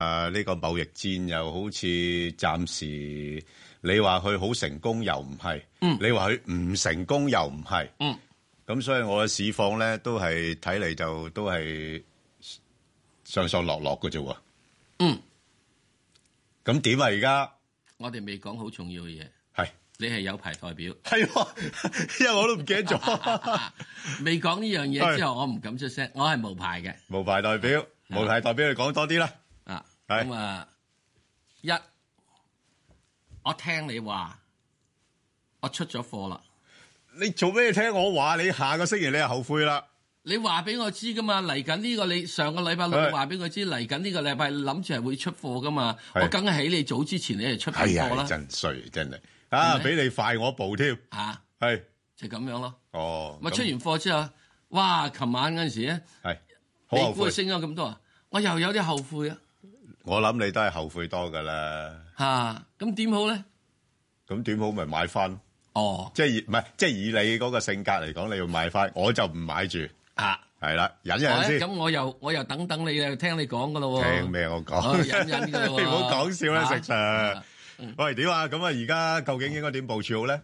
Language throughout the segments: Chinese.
呃呢個貿易戰又好似暫時你話佢好成功又唔係，你話佢唔成功又唔係，嗯咁所以我嘅市況咧都係睇嚟就都係上上落落嘅啫喎。嗯，咁點啊？而家我哋未講好重要嘅嘢，係你係有牌代表，係喎，因 為我都唔記得咗， 未講呢樣嘢之係後，我唔敢出聲，我係無牌嘅無牌代表，無牌代表你講多啲啦。啊。係咁啊，一我聽你話，我出咗貨啦。你做咩聽我話？你下個星期你就後悔啦。你話俾我知噶嘛？嚟緊呢個你上個禮拜六係話俾我知，嚟緊呢個禮拜諗住係會出貨噶嘛？係我梗係喺你早之前你係出緊係貨啊，啦，真衰真係啊！係咪俾你快我一步添，嚇係就咁樣咯。哦。咪咁出完貨之後，哇！琴晚嗰陣時咧，係好你後估悔佢，升咗咁多啊？我又有啲後悔啊！我諗你都係後悔多㗎啦。嚇咁點好咧？咁點好咪買翻？哦即係以唔係即係以你嗰個性格嚟講，你要買翻，我就唔買住。啊！係啦，忍一好忍咧咁先。我又我又等等你又聽你講噶咯喎。聽咩我哦講？忍忍㗎喎 你唔好講笑啦，啊石 Sir。喂，點啊？咁啊，而家究竟應該點部署好咧？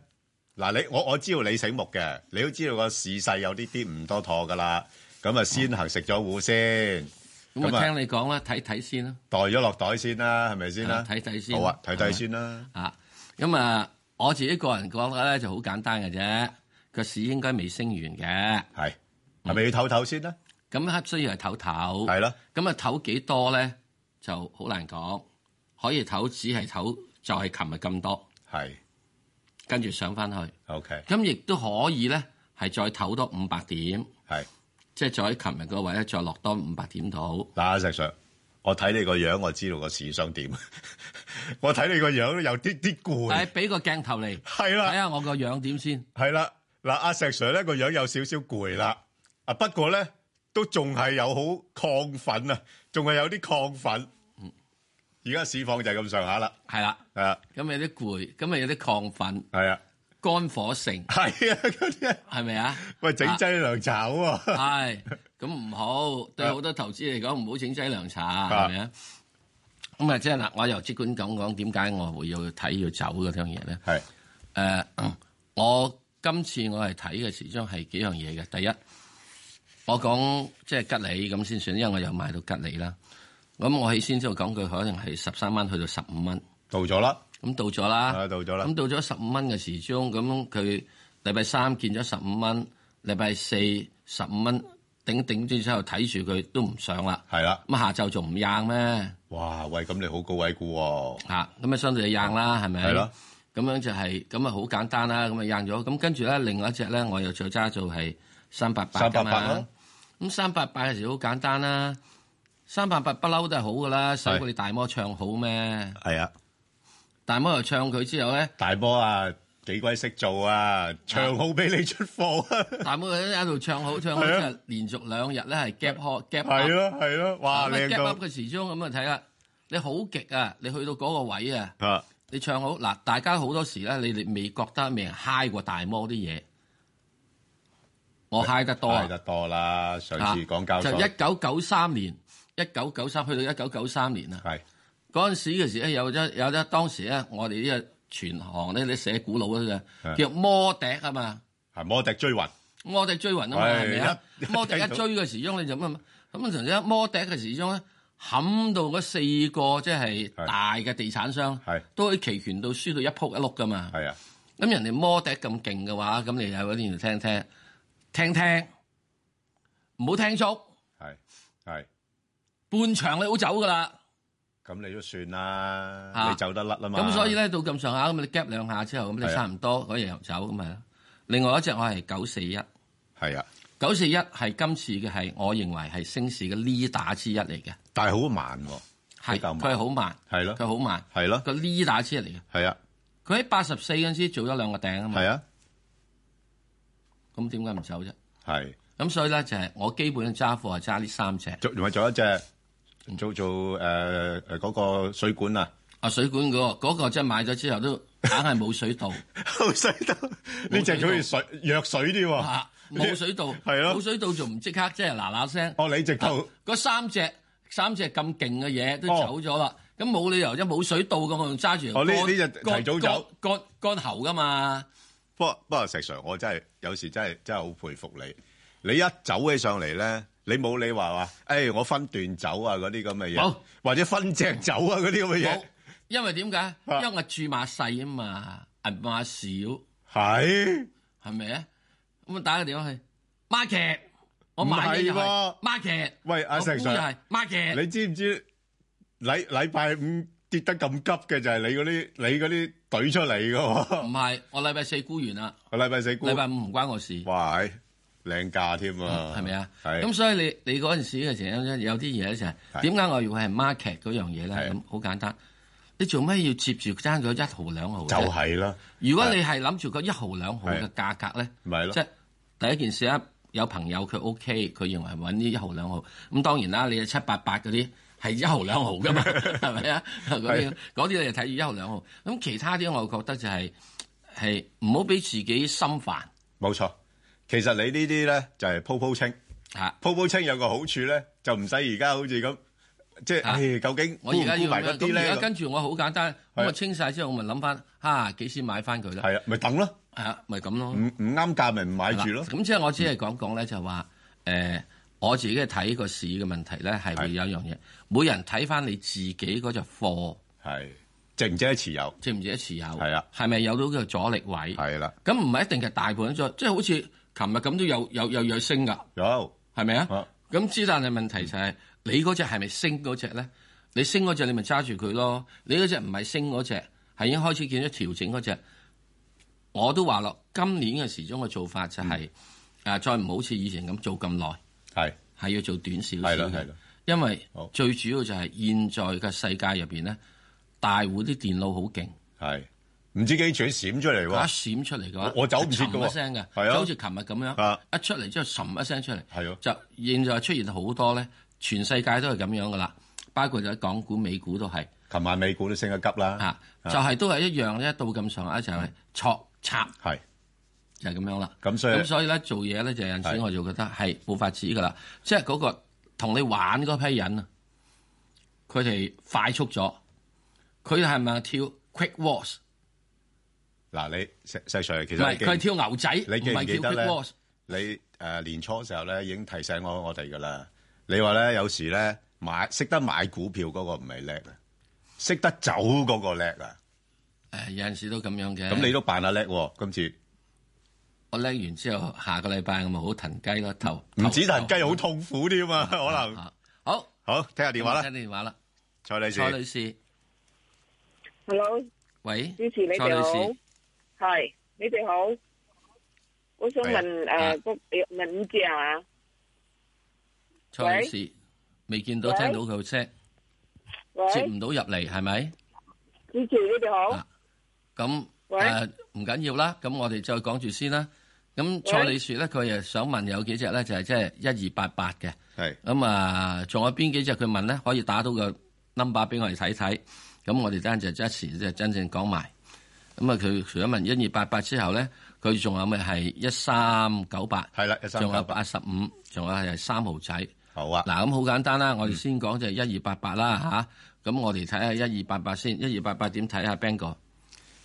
嗱，你我我知道你醒目嘅，你都知道個市勢有啲啲唔多妥㗎啦。咁啊，先行食咗糊先。咁咁啊，啊聽你講啦，睇睇先啦。袋咗落袋先啦，係咪先啦啊？睇睇先好啊，睇係睇咪先啦。啊，咁啊，我自己個人覺得咧就好簡單嘅啫，個市應該未升完嘅，嗯係係咪要唞唞先啦？咁黑需要係唞唞，係咯，咁啊唞幾多咧就好難講，可以唞只係唞就係琴日咁多，係跟住上翻去， OK，咁亦都可以咧係再唞多五百點，係即係再喺琴日個位咧再落多五百點度，嗱，石 Sir，我睇你個樣，我知道個市想點。 我睇你個樣都有啲啲誒攰，哎俾個鏡頭嚟係睇啦，下我個樣點先，係啦。嗱，阿石 Sir 咧個樣有少少攰啦，啊不過咧都仲係有好亢奮啊，仲係有啲亢奮。而家市況就係咁上下啦，係啦，啊咁有啲攰，咁啊有啲亢奮，係啊，肝火 盛，係啊嗰啲啊，係咪啊？喂整劑涼茶喎。係，咁唔好，對好多投資嚟講唔好整劑涼茶，係咪啊？咁啊，即係嗱，我由即管咁講，點解我會要睇要走嗰樣嘢咧？係誒、我今次我係睇嘅時鐘係幾樣嘢嘅。第一，我講即係吉利咁先算，因為我又買到吉利啦。咁我起先之後講佢可能係十三蚊去到十五蚊，到咗啦。咁到咗啦。啊到咗啦咁到咗十五蚊嘅時鐘，咁佢禮拜三見咗十五蚊，禮拜四十五蚊頂頂住之後睇住佢都唔上啦。係啦，咁下晝仲唔硬咩？哇喂，咁你好高位估喎，嚇，咁啊相對就硬啦，係咪？係咯。咁樣就係咁啊，好簡單啦，咁啊硬咗。咁跟住咧，另外一隻咧，我又再揸做係三八八㗎388啦嘛。咁三八八嘅時好簡單啦，三八八不嬲都係好噶啦，使過你大摩唱好咩？係啊，大摩又唱佢之後咧，大波啊，幾鬼識做啊，長號俾你出貨啊，大摩喺度唱 好唱好係之啊後，連續兩日咧係 gap up gap 係 up，咯係咯，哇咁啊靚 gap up 到嘅時鐘咁啊睇啦，你好極啊！你去到嗰個位啊！啊，你唱好嗱，大家好多時咧，你哋未覺得未人 high 過大摩啲嘢，我 high 得多大啊！得多啦，上次講交就所一九九三年，一九九三去到一九九三年啊，係嗰陣時嘅時咧有咗有咗當時咧，我哋呢個全行咧，你寫古老嗰係嘅叫摩笛啊嘛，係摩迪追雲，摩笛追雲啊嘛，係係咪啊 一？摩笛一聽到追嘅時鐘你就乜咁同一摩笛嘅時鐘咧，冚到嗰四個即係係大嘅地產商係都喺期權度輸到一仆一碌噶嘛。係啊，咁人哋摩笛咁勁嘅話，咁你喺嗰邊度聽聽，聽聽，唔好聽足，係係，半場你好走噶啦。咁你都算啦，啊你走得甩啦嘛，咁所以，咧到咁上下，咁你 gap 兩下之後，咁係你啊差唔多嗰日又走咁啊。另外一隻我係九四一，係啊，九四一係今次嘅係我認為係升市嘅 leader 之一嚟嘅，但係好慢喎，係比較慢佢係好慢，係咯佢好慢，係咯個 leader 之一嚟嘅。係啊佢喺八十四嗰陣時做咗兩個頂啊嘛係，啊咁點解唔走啫？係，咁所以咧就係我基本揸貨係揸呢三隻。仲仲有一隻做做誒誒嗰個水管啊。啊，水管嗰、個嗰、個真係買咗之 後都硬係冇水道，好水到，呢隻好似水藥水啲喎。啊冇水道， 係咯冇水道仲唔即刻即係嗱嗱聲。啊哦，你直頭哦嗰三隻三隻咁勁嘅嘢都走咗啦，咁冇理由啫，冇水到咁，我仲揸住條哦呢乾呢隻提早走乾乾乾乾喉噶嘛。不過不過，石 Sir，我真係有時真係真係好佩服你。你一走起上嚟咧，你冇你話話，誒我分段走啊嗰啲咁嘅嘢冇，或者分隻走啊嗰啲咁嘅嘢冇，，因為點啊解？因為我注碼細啊嘛，銀碼少，係係咪啊？咁啊打個電話去 market，我買嘢唔係又係喎 market，喂阿我石沽 Sir，又係 market，你知唔知禮禮拜五跌得咁急嘅就係你嗰啲你嗰啲懟出嚟嘅唔喎，係我禮拜四沽完啦，我禮拜四沽禮，拜五唔關我事，哇係靚價添啊，係咪啊？係咁所以你你嗰陣時嘅情況咧，有啲嘢咧就係係點解我要係 market 嗰樣嘢咧？係咁好簡單，你做咩要接住爭咗一毫兩毫啫？就係啦，如果你係諗住個一毫兩毫嘅價格咧，咪係即咯，係第一件事啊，有朋友佢 OK，佢認為揾呢一毫兩毫，咁當然啦，你七八八嗰啲係一毫兩毫噶 嘛，係咪啊？嗰啲嗰啲你就睇住一毫兩毫，咁其他啲我覺得就係係唔好俾自己心煩冇錯。其實你呢啲咧就係鋪鋪清。嚇。鋪鋪清有個好處咧，就唔使而家好似咁，即係啊唉，究竟我而家沽唔沽要埋咁嗰樣啲咁而家咧？跟住我好簡單，係啊咁我清晒之後，我咪諗翻嚇幾時買翻佢啦？係啊，咪等咯，係啊，咪咁咯唔。唔啱價咪唔買住咯嗱。咁即係我只係講講咧，就話誒，我自己睇個市嘅問題咧，係會有一樣嘢，每人睇翻你自己嗰隻貨係值唔值得持有？值唔值得持有，係啊係咪有到個阻力位？係啦，咁唔係一定係大盤咗，即係好似琴日咁都有有有有升㗎，有係咪啊？啊，咁之但係問題就係、你嗰只係咪升嗰只咧？你升嗰只你咪揸住佢咯，你嗰只唔係升嗰只，係已經開始見咗調整嗰只。我都話咯，今年嘅時鐘嘅做法就係、啊，再唔好似以前咁做咁耐，嗯係係要做短少少係啦係嘅啦，，因為好最主要就係現在嘅世界入邊咧，大戶啲電腦好勁，係唔知幾錢閃出嚟佢一喎？閃出嚟嘅話，我我走唔切㗎喎沉一聲嘅，係啊就好似琴日咁樣啊，一出嚟之後沉一聲出嚟，係啊就現在出現好多咧，全世界都係咁樣噶啦，包括就喺港股、美股都係琴晚美股都升得急啦，嗯啊，就係都係一樣咧，到咁上下就係戳插係就係咁樣啦。咁所以咁所以咧做嘢咧就有陣時係我就覺得係冇法子噶啦，即係嗰個同你玩嗰批人啊，佢哋快速咗，佢係咪跳 quick walks？嗱你石石 Sir 其唔實係，你記佢係跳牛仔，你記唔唔記係得跳咧 quick walks。你誒年初嘅時候咧已經提醒我我哋噶啦。你話咧有時咧買識得買股票嗰個唔係叻啊，識得走嗰個叻啊。誒有陣時都咁樣嘅。咁你都扮下叻喎，今次。我叻完之後，下個禮拜我咪好騰雞咯，頭唔止彈雞好痛苦添啊，可能。啊好好，聽下電話啦，聽電話啦，蔡女士。蔡女士， Hello，喂，主持你蔡哋女好，士，系你哋好，我想呃问啊诶，嗰问五只啊，蔡女士，未見到喂聽到佢聲，喂，接唔到入嚟係咪？主持你哋好啊，咁喂誒唔緊要啦，咁我哋再講住先啦。咁蔡女士咧，佢又想問有幾隻咧，就係即係一二八八嘅。係咁啊，仲有邊幾隻佢問咧？可以打到個 number 俾我哋睇睇。咁我哋等陣就一時即係真正講埋。咁啊，佢除咗問一二八八之後咧，佢仲有咪係一三九八？係啦，一三仲有九八八。十五，仲有係三毫仔。好啊，嗱，咁好簡單啦，我哋先講就係一二八八啦吓，咁我哋睇下一二八八先，一二八八點睇下 Bang 哥，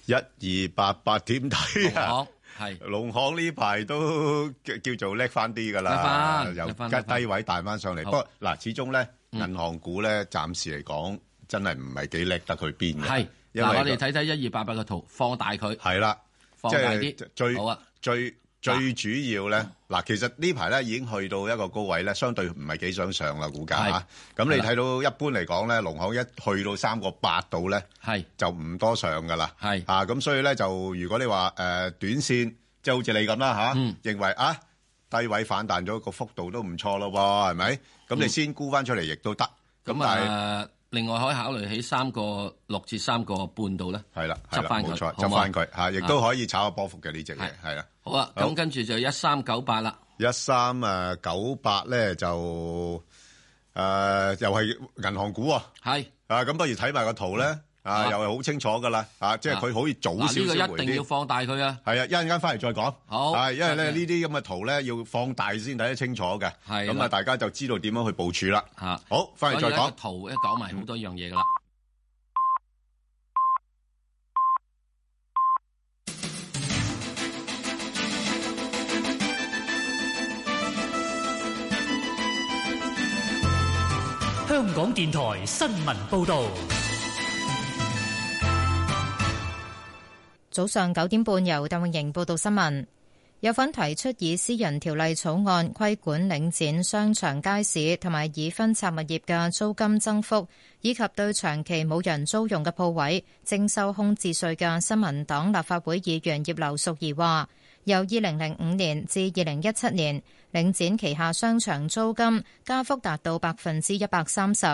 一二八八點睇啊？行係農行呢排都叫叫做叻翻啲㗎啦，叻返由叻返低叻返低位彈翻上嚟。不好嗯過嗱，始終咧銀行股咧，暫時嚟講真係唔係幾叻得去邊嘅。係。因為嗱，我個哋睇睇一二八八嘅圖，放大佢，係啦，放即大係啲，最好啊，最最主要咧，嗱，其實呢排咧已經去到一個高位咧，相對唔係幾想上啦，股價嚇。咁係你啦睇到一般嚟講咧，農行一去到三個八度咧，係就唔多上噶啦。係啊，咁所以咧就如果你話誒、呃短線，即係好似你咁啦嚇，嗯認為啊低位反彈咗個幅度都唔錯咯喎，係咪？咁你先沽翻出嚟亦都得。咁但咁係啊，另外可以考慮喺三個六至三個半度咧，係啦，係執啦，返佢冇錯，好唔執好翻佢嚇，亦都可以炒下波幅嘅呢只嘢係，係啦。好啊，好咁跟住就一三九八啦，一三誒九八咧就誒、呃又係銀行股喎、係啊，咁不如睇埋個圖咧。啊，又係好清楚噶啦，啊，即係佢可以早少嗱，少呢個回一定要啲。放大佢啊，係啊，一陣間翻嚟再講。好啊，因為多謝咧呢啲咁嘅圖咧要放大先睇得清楚嘅。係啦咁啊，大家就知道點樣去部署啦。嚇。好，翻嚟所再以呢個講。圖一講埋好多樣嘢噶啦。香港電台新聞報導，早上九點半，由鄧永瑩報道新聞。有份提出以私人條例草案規管領展商場、街市同埋已分拆物業嘅租金增幅，以及對長期冇人租用嘅鋪位徵收空置稅嘅新民黨立法會議員葉劉淑儀話：由二零零五年至二零一七年，領展旗下商場租金加幅達到百分之一百三十。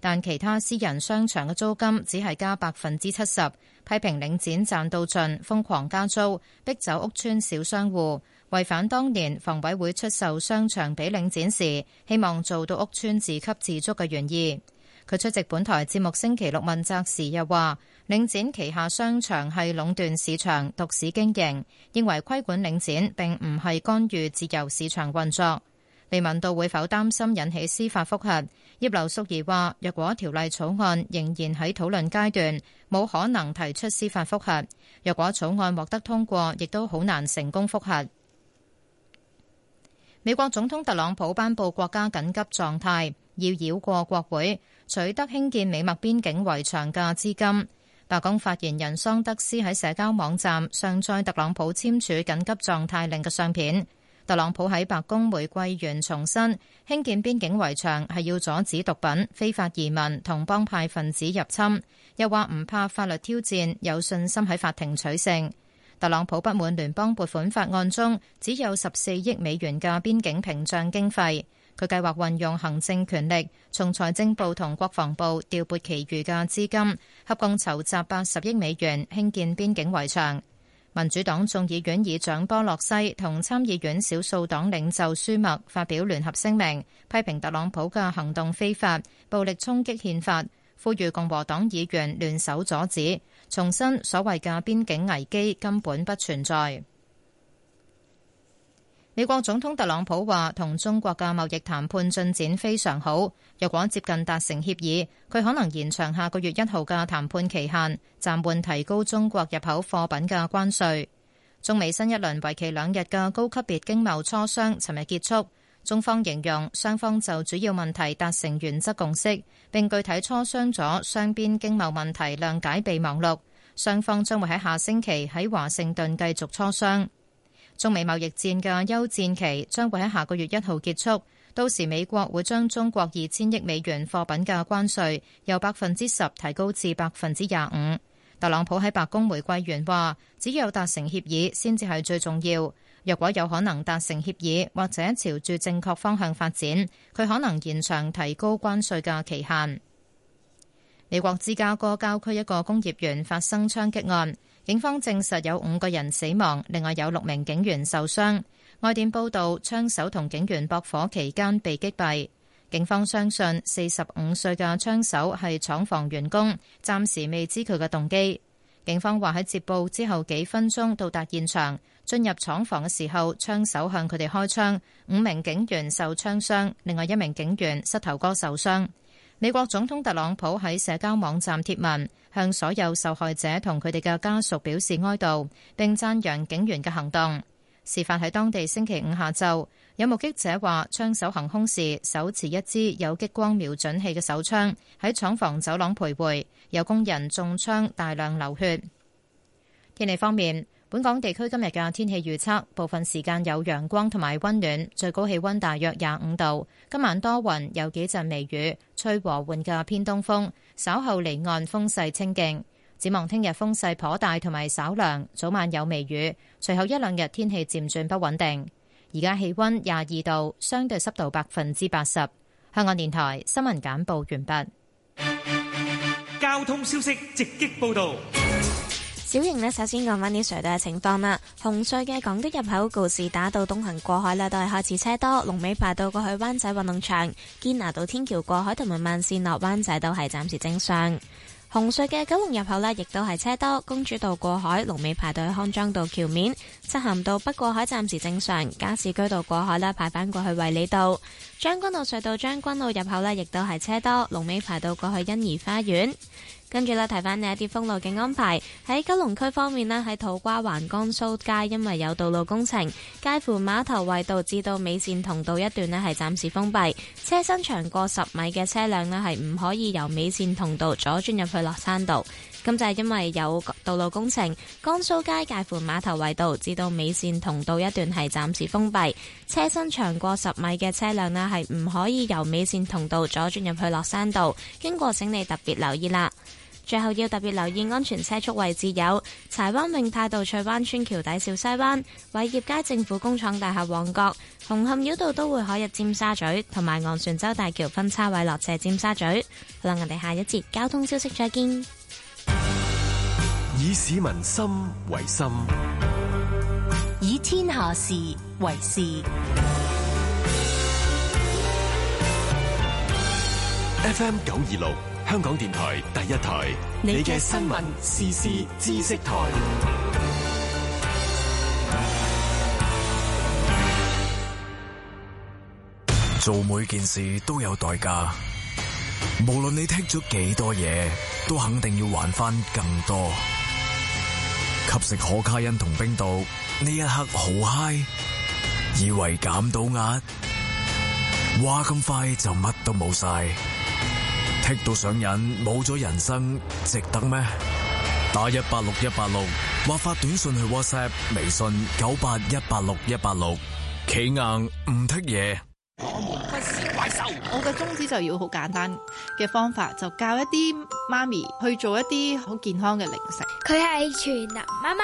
但其他私人商場嘅租金只係加百分之七十，批評領展賺到盡，瘋狂加租，逼走屋邨小商戶，違反當年房委會出售商場俾領展時，希望做到屋邨自給自足嘅原意。佢出席本台節目星期六問責時又話，領展旗下商場係壟斷市場、獨市經營，認為規管領展並唔係干預自由市場運作。被問到會否擔心引起司法覆核，葉劉淑儀話：若果條例草案仍然喺討論階段，冇可能提出司法覆核；若果草案獲得通過，亦都好難成功覆核。美國總統特朗普頒布國家緊急狀態，要繞過國會，取得興建美墨邊境圍牆嘅資金。白宮發言人桑德斯喺社交網站上載特朗普簽署緊急狀態令嘅相片。特朗普喺白宮玫瑰園重申，興建邊境圍牆係要阻止毒品、非法移民同幫派分子入侵，又話唔怕法律挑戰，有信心喺法庭取勝。特朗普不滿聯邦撥款法案中只有十四億美元嘅邊境屏障經費，佢計劃運用行政權力，從財政部同國防部調撥其餘嘅資金，合共籌集八十億美元興建邊境圍牆。民主黨眾議院議長波洛西同參議院少數黨領袖舒默發表聯合聲明，批評特朗普嘅行動非法，暴力衝擊憲法，呼籲共和黨議員聯手阻止，重申所謂嘅邊境危機根本不存在。美國總統特朗普話，同中國嘅貿易談判進展非常好，若果接近達成協議，佢可能延長下個月一號嘅談判期限，暫緩提高中國入口貨品嘅關稅。中美新一輪為期兩日嘅高級別經貿磋商，尋日結束。中方形容雙方就主要問題達成原則共識，並具體磋商咗雙邊經貿問題諒解備忘錄。雙方將會喺下星期喺華盛頓繼續磋商。中美貿易戰嘅休戰期將會喺下個月一號結束，到時美國會將中國二千億美元貨品嘅關稅由百分之十提高至百分之廿五。特朗普喺白宮玫瑰園話：只有達成協議先至係最重要。若果有可能達成協議，或者朝住正確方向發展，佢可能延長提高關稅嘅期限。美國芝加哥郊區一個工業園發生槍擊案，警方證實有五個人死亡，另外有六名警員受傷。外電報道，槍手同警員駁火期間被擊斃。警方相信四十五歲嘅槍手係廠房員工，暫時未知佢嘅動機。警方話喺接報之後幾分鐘到達現場，進入廠房嘅時候，槍手向佢哋開槍，五名警員受槍傷，另外一名警員膝頭哥受傷。美國總統特朗普喺社交網站貼文，向所有受害者同佢哋嘅家屬表示哀悼，並讚揚警員嘅行動。事發喺當地星期五下晝，有目擊者話，槍手行兇時手持一支有激光瞄準器嘅手槍，喺廠房走廊徘徊，有工人中槍，大量流血。天氣方面，本港地區今日嘅天氣預測，部分時間有陽光同埋温暖，最高氣温大約廿五度。今晚多雲，有幾陣微雨，吹和緩嘅偏東風，稍後離岸風勢清勁。展望聽日風勢頗大同埋稍涼，早晚有微雨，隨後一兩日天氣漸轉不穩定。而家氣温廿二度，相對濕度百分之八十。香港電台新聞簡報完畢。交通消息直擊報導。小型呢，首先講翻啲隧道嘅情況啦。紅隧嘅港島入口告士打道東行過海啦，都係開始車多；龍尾排到過去灣仔運動場堅拿道天橋過海同埋慢線落灣仔都係暫時正常。紅隧嘅九龍入口呢，亦都係車多。公主道過海，龍尾排隊康莊道橋面；漆咸道北過海暫時正常。加士居道過海呢，排返過去衛理道。將軍澳隧道將軍澳入口呢，亦都係車多。龍尾排到過去欣怡花園。跟住咧，提翻你一啲封路嘅安排。喺九龍區方面呢，喺土瓜灣江蘇街，因為有道路工程，介乎馬頭圍道至到美善同道一段呢係暫時封閉，車身長過十米嘅車輛呢係唔可以由美善同道左轉入去落山道。咁就係因為有道路工程，江蘇街介乎馬頭圍道至到美善同道一段係暫時封閉，車身長過十米嘅車輛呢係唔可以由美善同道左轉入去落山道。經過請你特別留意啦。最後要特別留意安全車速位置有柴灣永泰道翠灣村橋底、小西灣、偉業街政府工廠大廈、旺角、紅磡繞道都會海入尖沙咀，同埋昂船洲大橋分叉位落斜尖沙咀。好啦，我哋下一節交通消息再見。以市民心為心，以天下事為事。 FM 九二六，香港電台第一台，你嘅新聞時事知識台。做每件事都有代價，無論你剔咗幾多嘢，都肯定要還翻更多。吸食可卡因同冰毒，呢一刻好嗨，以為減到壓，哇咁快就乜都冇晒，剔到上癮，冇咗人生，值得咩？打一八六一八六，或發短信去 WhatsApp、微信九八一八六一八六，企硬唔剔嘢。我嘅宗旨就要好簡單嘅方法，就教一啲媽咪去做一啲好健康嘅零食。佢係全能媽媽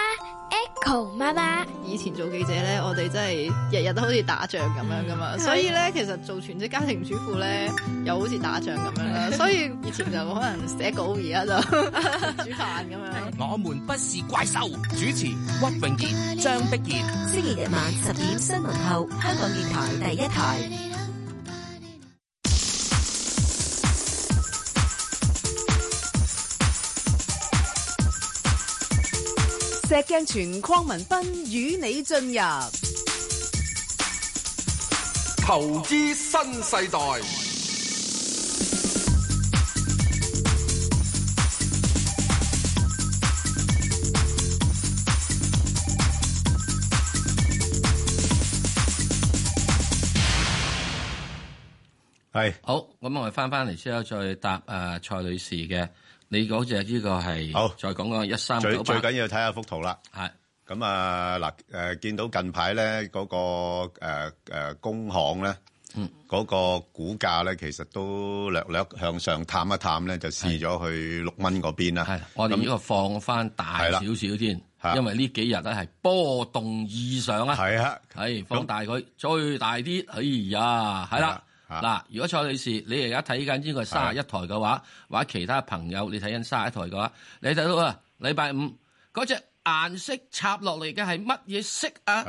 Echo 媽媽，以前做記者咧，我哋真係日日都好似打仗咁樣噶嗯嘛，所以咧其實做全職家庭主婦咧，又好似打仗咁樣啦。所以以前就可能寫稿，而家就煮飯咁樣。我們不是啊怪獸。主持屈榮傑、張碧賢。星期日晚十點新聞後，香港電台第一台。石鏡泉鄺民彬與你進入投資新世代。係好，咁我哋翻翻嚟之後再答誒蔡女士嘅，你嗰隻呢個係好再講講一三最九最八，緊要睇下幅圖啦。係咁啊嗱，誒、見到近排咧嗰個誒、誒工行咧，嗰、個股價咧其實都略略向上探一探咧，就試咗去六蚊嗰邊啦。係，我哋呢個放翻大係啦少少先嚇，因為呢幾日咧係波動異常啊。係啊，係放大佢，最大啲，哎呀，係啦。嗱，如果蔡女士你而家睇緊呢個三十一台嘅話，或者其他朋友你睇緊三十一台嘅話，你睇到啊，禮拜五嗰隻顏色插落嚟嘅係乜嘢色啊？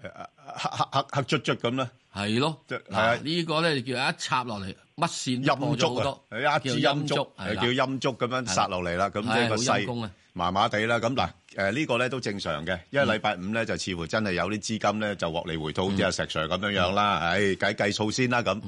黑黑黑黑卒卒咁啦。係咯，係啊嗱，呢個咧就叫一插落嚟，乜線都陰破咗好燭多啊，，係一支叫陰燭，係啦係叫陰燭咁樣殺落嚟啦，咁即係係個好陰功勢啊麻麻地啦。咁嗱，誒呢個咧都正常嘅，因為禮拜五咧就似乎真係有啲資金咧就獲利回吐，好似阿石 Sir 咁樣樣啦，唉計計數先啦咁，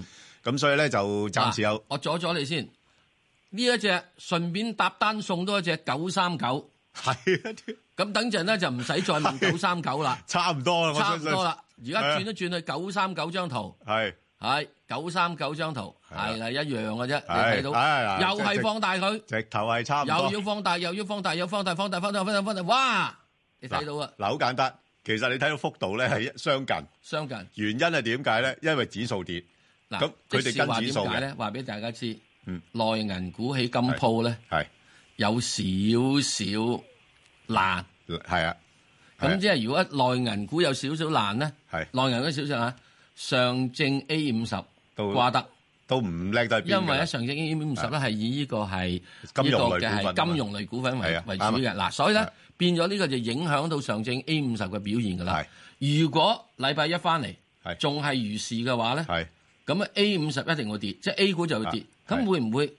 咁所以咧就暫時有我阻咗你先。呢一隻順便搭單送多一隻九三九，係啊，咁等陣咧就唔使再 問九三九啦，差唔多啦，我差相唔信多啦。而家係啊轉一轉去九三九張圖，係係九三九張圖，係啦一樣嘅啫。係你睇到係啊又即係係放大佢，直頭係差唔多又。要放大，又要放大，又放大，放大，放大，放大，放大，哇！你睇到啊，嗱，好簡單，其實你睇到幅度咧係相近，相近。原因係點解咧？因為指數跌，嗱咁佢即使哋話跟點指數解嘅咧？，話俾大家知，嗯，內銀股喺金鋪咧係有少少難。係啊，咁即係如果內銀股有少少難咧，係內銀股少少難，上證 A 五十都掛得，都唔叻都係邊㗎啦因為咧上證 A 五十咧係以呢個係金融類股份呢個嘅係金融類股份係為啊為主啱啊嘅，嗱，所以咧變咗呢個就影響到上證 A 五十嘅表現㗎啦。如果禮拜一翻嚟仲係如是嘅話咧，咁啊 A 五十一定會跌，即係 A 股就會跌。咁會唔會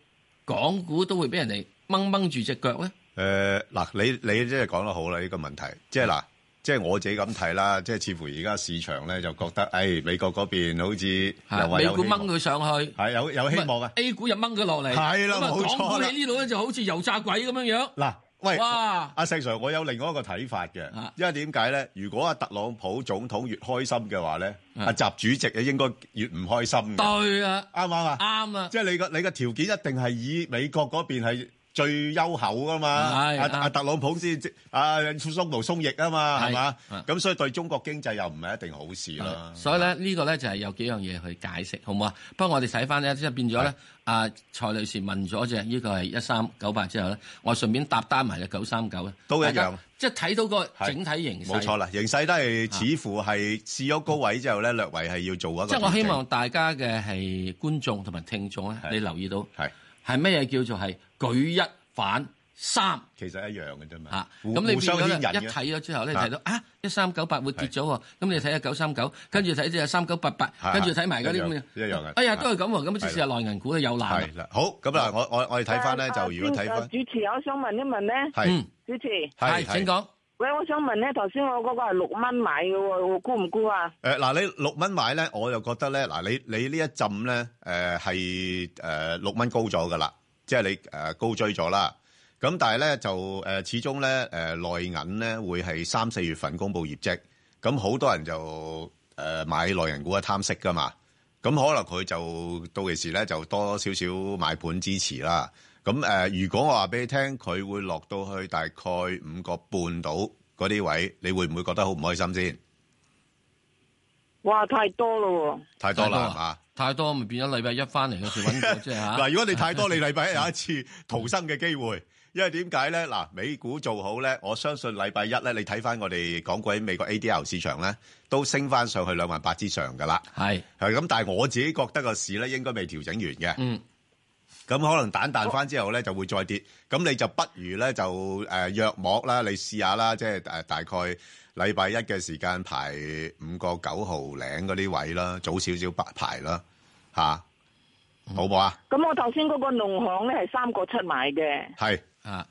港股都會俾人哋掹掹住只腳咧？誒嗱，你你即係講得好啦，呢個問題，即係嗱，即係我自己咁睇啦，即係似乎而家市場咧就覺得，誒美國嗰邊好似又話美有股希望掹佢上去，係有有希望嘅，A 股又掹佢落嚟，係啦咁啊冇錯啦港股你呢度咧就好似油炸鬼咁樣樣。嗱，喂，哇，阿石 Sir，我有另外一個睇法嘅，因為點解咧？如果阿特朗普總統越開心嘅話咧，阿習主席咧應該越唔開心嘅。對啊，啱唔啱啊？啱啊，即係你個你個條件一定係以美國嗰邊係最優厚噶嘛，係阿啱阿特朗普先即阿鬆毛鬆翼啊嘛，係嘛係？咁所以對中國經濟又唔係一定好事啦。所以咧呢個咧就係有幾樣嘢去解釋，好唔好啊？不過我哋睇翻咧，即係變咗咧，阿蔡女士問咗只呢個係一三九八之後咧，我順便搭單埋只九三九咧，都一樣大家，即係睇到個整體形勢。冇錯啦，形勢都係似乎係試咗高位之後咧，略為係要做一個調即整。係我希望大家嘅係觀眾同埋聽眾咧，你留意到係係咩嘢叫做係舉一反三，其實一樣嘅啫嘛。嚇，互咁你變互相咗咧牽引嘅一睇咗之後咧，你啊睇到啊一三九八會跌咗喎，咁你睇下九三九，跟住睇隻三九八八，係跟住睇埋嗰啲咁一樣一樣嘅哎呀都係咁喎，咁即使係係內銀股咧有難。係啦，好咁嗱，我我我哋睇翻咧，就如果睇啊翻主持，我想問一問咧，係主持，係係請講。喂，我想問咧，頭先我嗰個係六蚊買嘅喎，我估唔估啊？誒呃嗱，你六蚊買咧，我又覺得咧，嗱你你呢一浸咧，誒係誒六蚊高咗噶啦，即係你誒高追咗啦。咁但係咧就誒始終呃咧誒內銀咧會係三四月份公布業績，咁好多人就呃誒買內銀股嘅貪息噶嘛。咁可能佢就到期時咧就多少少買盤支持啦。咁誒、呃如果我話俾你聽，佢會落到去大概五個半到嗰啲位，你會唔會覺得好唔開心先？哇，太多咯喎！太多啦，係嘛？太多咪變咗禮拜一翻嚟嗰時揾過啫嚇。 嗱，如果你太多，你禮拜一有一 次逃生嘅機會，因為點解咧？嗱，美股做好咧，我相信禮拜一咧，你睇翻我哋港股喺美國 ADR 市場咧，都升翻上去兩萬八之上噶啦。係係咁，但係我自己覺得個市咧應該未調整完嘅。嗯。咁可能蛋彈翻之後咧就會再跌，咁你就不如咧就誒、呃、約莫啦，你試下啦，即係誒大概禮拜一嘅時間排五個九毫零嗰啲位啦，早少少排排啦，吓、嗯好唔好啊？咁我頭先嗰個農行咧係三個七買嘅，係啊，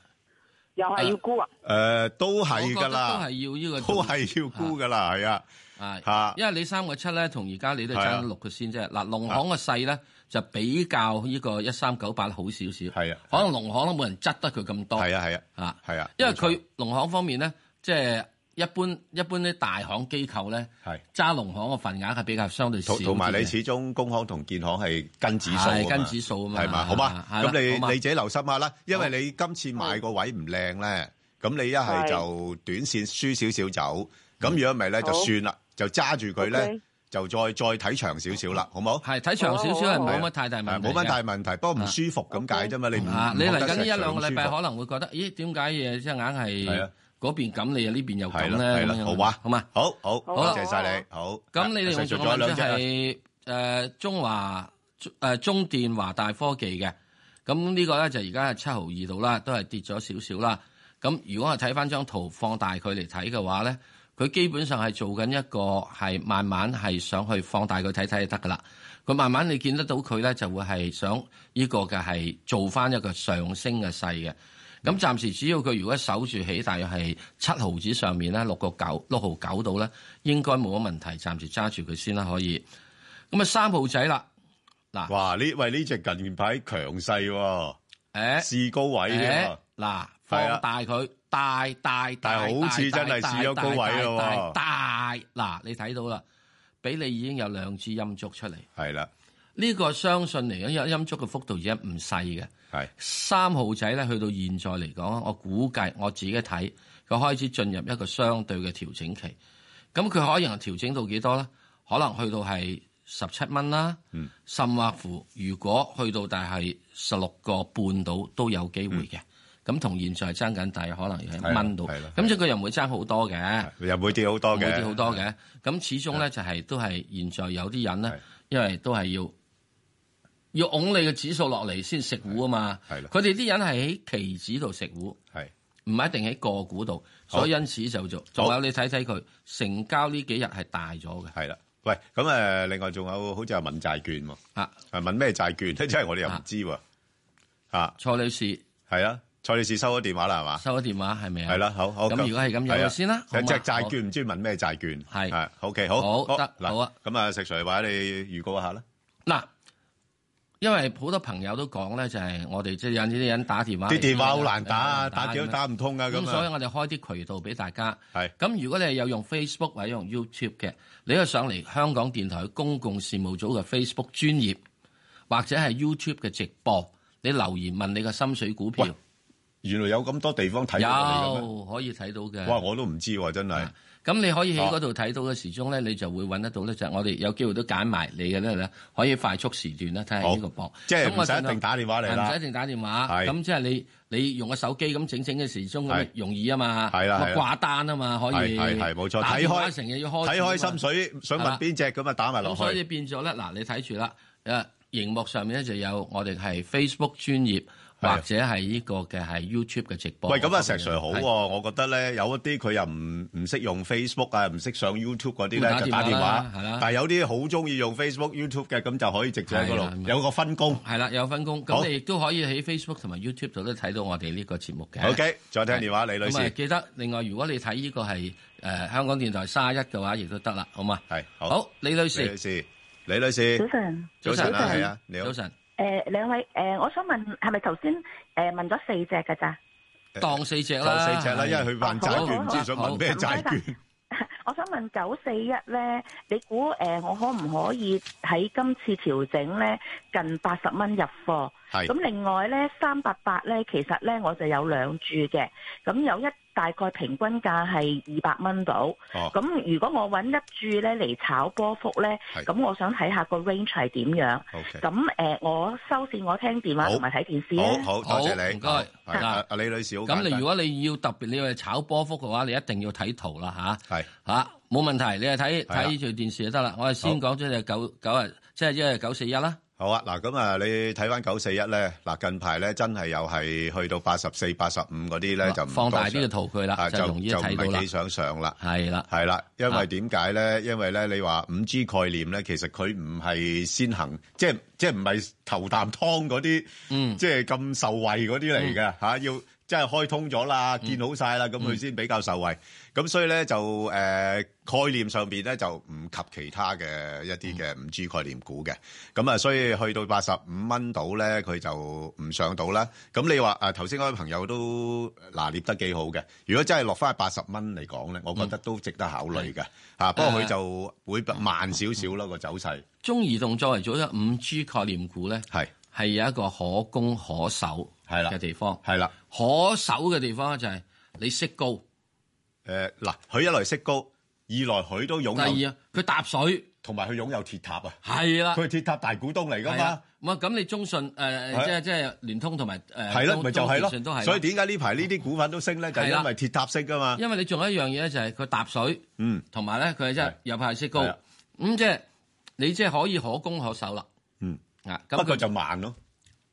又係要估啊？誒、呃都係我㗎啦，覺得都係要呢個都係要沽㗎啦，係啊，嚇因為你三個七咧，同而家你都係係啊爭六個先啫。嗱，農行個勢咧就比較呢個一三九八好少少。係啊，可能農行都冇人執得佢咁多。係啊，係啊，嚇係啊，因為佢農行方面咧，即係一般一般啲大行機構咧，係揸農行個份額係比較相對少啲同嘅。同埋你始終工行同建行係跟指數啊係跟指數啊嘛係嘛，好嘛？係啦咁你好嘛你自己留心下啦，因為好你今次買個位唔靚咧，咁你一係係就短線輸少少走，咁如果唔係咧就好算啦，就揸住佢咧 OK。就再再睇長少少啦，好冇？係睇長少少係冇乜太大問題冇乜嘅大問題，不過唔舒服咁解啫嘛。你唔啊！你唔覺嚟嗯得緊呢一石 Sir 兩個禮拜唔舒服可能會覺得，咦？點解嘢即係硬係係啊嗰邊咁，你又呢邊又咁係咧？啦係啦咁樣好嘛好嘛，好好啦多謝晒你好咁你哋用仲仲有有兩兩隻隻啊係誒中華誒中電華大科技嘅，咁呢個咧就而家係七毫二度啦，都係跌咗少少啦。咁如果我睇翻張圖放大佢嚟睇嘅話咧，佢基本上係做緊一個係慢慢係想去放大佢睇睇就得噶啦。佢慢慢你見得到佢咧就會係想呢個嘅係做翻一個上升嘅勢嘅。咁暫時只要佢如果守住起，大約係七毫子上面咧，六個九六毫九度咧，應該冇乜問題。暫時揸住佢先啦，可以。咁啊，三毫仔啦，嗱，哇！呢喂呢只近排強勢喎，誒試高誒位啫，嗱，係放啊大佢，大大但大，係好似大真係大試咗大高位咯大喎大嗱，你睇到啦，俾你已經有兩支陰燭出嚟，係啦，呢個相信嚟緊有陰燭嘅幅度而家唔細嘅。係三號仔咧，去到現在嚟講，我估計我自己睇，佢開始進入一個相對嘅調整期。咁佢可能調整到幾多咧？可能去到係十七蚊啦，甚或乎如果去到但係十六個半到都有機會嘅。咁同現在爭緊，但係可能係一蚊到。嗯係啦咁即係佢又唔會爭好多嘅，又唔會跌好多嘅唔會跌好多嘅。咁始終咧就係都係現在有啲人咧，因為都係要。要拱你嘅指數落嚟先食糊啊嘛，佢哋啲人係喺期指度食糊，唔係一定喺個股度，好所以因此就做。仲有你睇睇佢成交呢幾日係大咗嘅，係啦。喂，咁誒，另外仲有好似係問債券喎，啊， 係問咩債券咧？真係我哋又唔知喎，啊，蔡女士係啊，蔡女士收咗電話啦，係嘛？收咗電話係咪啊？係啦，好好。咁如果係咁係有啊咗先啦好有嘛隻債券唔知問咩債券？係 OK，好好得嗱好啊。咁啊，石 Sir 話你預告一下啦。嗱，因為好多朋友都講咧，就係我哋即係有啲人打電話嚟，啲電話好難打啊打幾咁都樣打唔通啊咁咁啊所以我哋開啲渠道俾大家。係。咁如果你係有用 Facebook 或者用 YouTube 嘅，你可以上嚟香港電台公共事務組嘅 Facebook 專頁，或者係 YouTube 嘅直播，你留言問你嘅心水股票。原來有咁多地方睇到我哋嘅咩有可以睇到嘅。哇！我都唔知喎，真係。咁你可以哦喺嗰度睇到嘅時鐘咧，你就會揾得到咧，就係我哋有機會都揀埋你嘅咧，可以快速時段咧睇下呢個好博。即係咁我唔使盡量一定打電話係嚟啦唔使一定打電話。係咁即係你你用個手機咁整整嘅時鐘咁係容易啊嘛。係啦咁啊係啦掛單啊嘛，可以。係係係冇錯打睇開電話成日要開睇開始啊嘛心水想問邊隻咁啊打埋落去咁所以變咗咧，嗱你睇住啦，誒，熒幕上面咧就有我哋係 Facebook 專頁係或者係呢個嘅係 YouTube 嘅直播。喂，咁啊，石咁樣 Sir 好係喎，我覺得咧有一啲佢又唔唔識用 Facebook 啊，唔識上 YouTube 嗰啲會打咧就電打話電話啦係啦，但係有啲好中意用 Facebook、YouTube 嘅，咁就可以直接喺嗰係啦係度啦有個分工。係啦，有分工。好咁你亦都可以喺 Facebook 同埋 YouTube 度都睇到我哋呢個節目嘅。 OK，再聽電話李女士咁啊記得另外，如果你睇呢個係誒香港電台沙一嘅話，亦都得啦，好嘛？係好，李女士，李女士，李女士，早晨早晨早啊，晨係啊，你好，早晨，诶，两位诶，我想問係咪頭先诶問咗四隻㗎咋？當四隻啦，當四隻啦因為佢啊問債券唔知想問咩債券券。我想問九四一咧，你估诶我可唔可以喺今次調整咧近八十蚊入貨？係咁另外咧三八八咧，其實咧我就有兩注嘅，咁有一大概平均價係二百蚊到。哦咁如果我揾一注咧嚟炒波幅咧，係咁我想睇下個 range 係點樣。 OK 咁诶，我收線我聽電話同埋睇電視啊好好，多謝你，唔該好係嗱啊，阿李女士好咁簡單。你如果你要特別你要係炒波幅嘅話，你一定要睇圖啦吓，係吓冇問題，你係睇係啊睇呢條電視就得啦。我係先講咗只九九啊，即係一係九四一啦。好啊，嗱，咁啊，你睇翻九四一咧，嗱，近排咧真係又係去到八十四、八十五嗰啲咧，就唔放大多上啲嘅圖佢啦啊就就容易就唔睇到啦係幾想上啦，係啦，係啦，因啊為點解咧？因為咧，你話五 G 概念咧，其實佢唔係先行，即係即係唔係頭啖湯嗰啲，嗯，即係咁受惠嗰啲嚟嘅嚇，啊要即係開通咗啦，建好晒啦，咁佢先比較受惠。咁所以咧就誒、呃概念上邊咧就唔及其他嘅一啲嘅五 G 概念股嘅，咁啊所以去到八十五蚊度咧，佢就唔上到啦。咁你話誒頭先嗰位朋友都拿捏得幾好嘅，如果真係落翻去八十蚊嚟講咧，我覺得都值得考慮嘅嚇、啊不過佢就會慢少少咯個走勢。中移動作為咗一五 G 概念股咧，係係有一個可攻可守嘅地方，係啦，可守嘅地方就係你息高，誒嗱，佢一來息高，二來佢都擁有，第二啊，佢搭水，同埋佢擁有鐵塔啊，係啦佢係鐵塔大股東嚟㗎係嘛啊。唔係咁你中信誒、係啊即係即係聯通同埋誒，係咯，中咪就係中電信都咯，係，所以點解呢排呢啲股份都升咧？就係係啦因為鐵塔升噶嘛。因為你仲有一樣嘢咧，就係佢搭水，嗯，啊同埋咧佢係真係有派息高，咁即係你即係可以可攻可守啦。嗯，啊，咁不過佢就慢咯，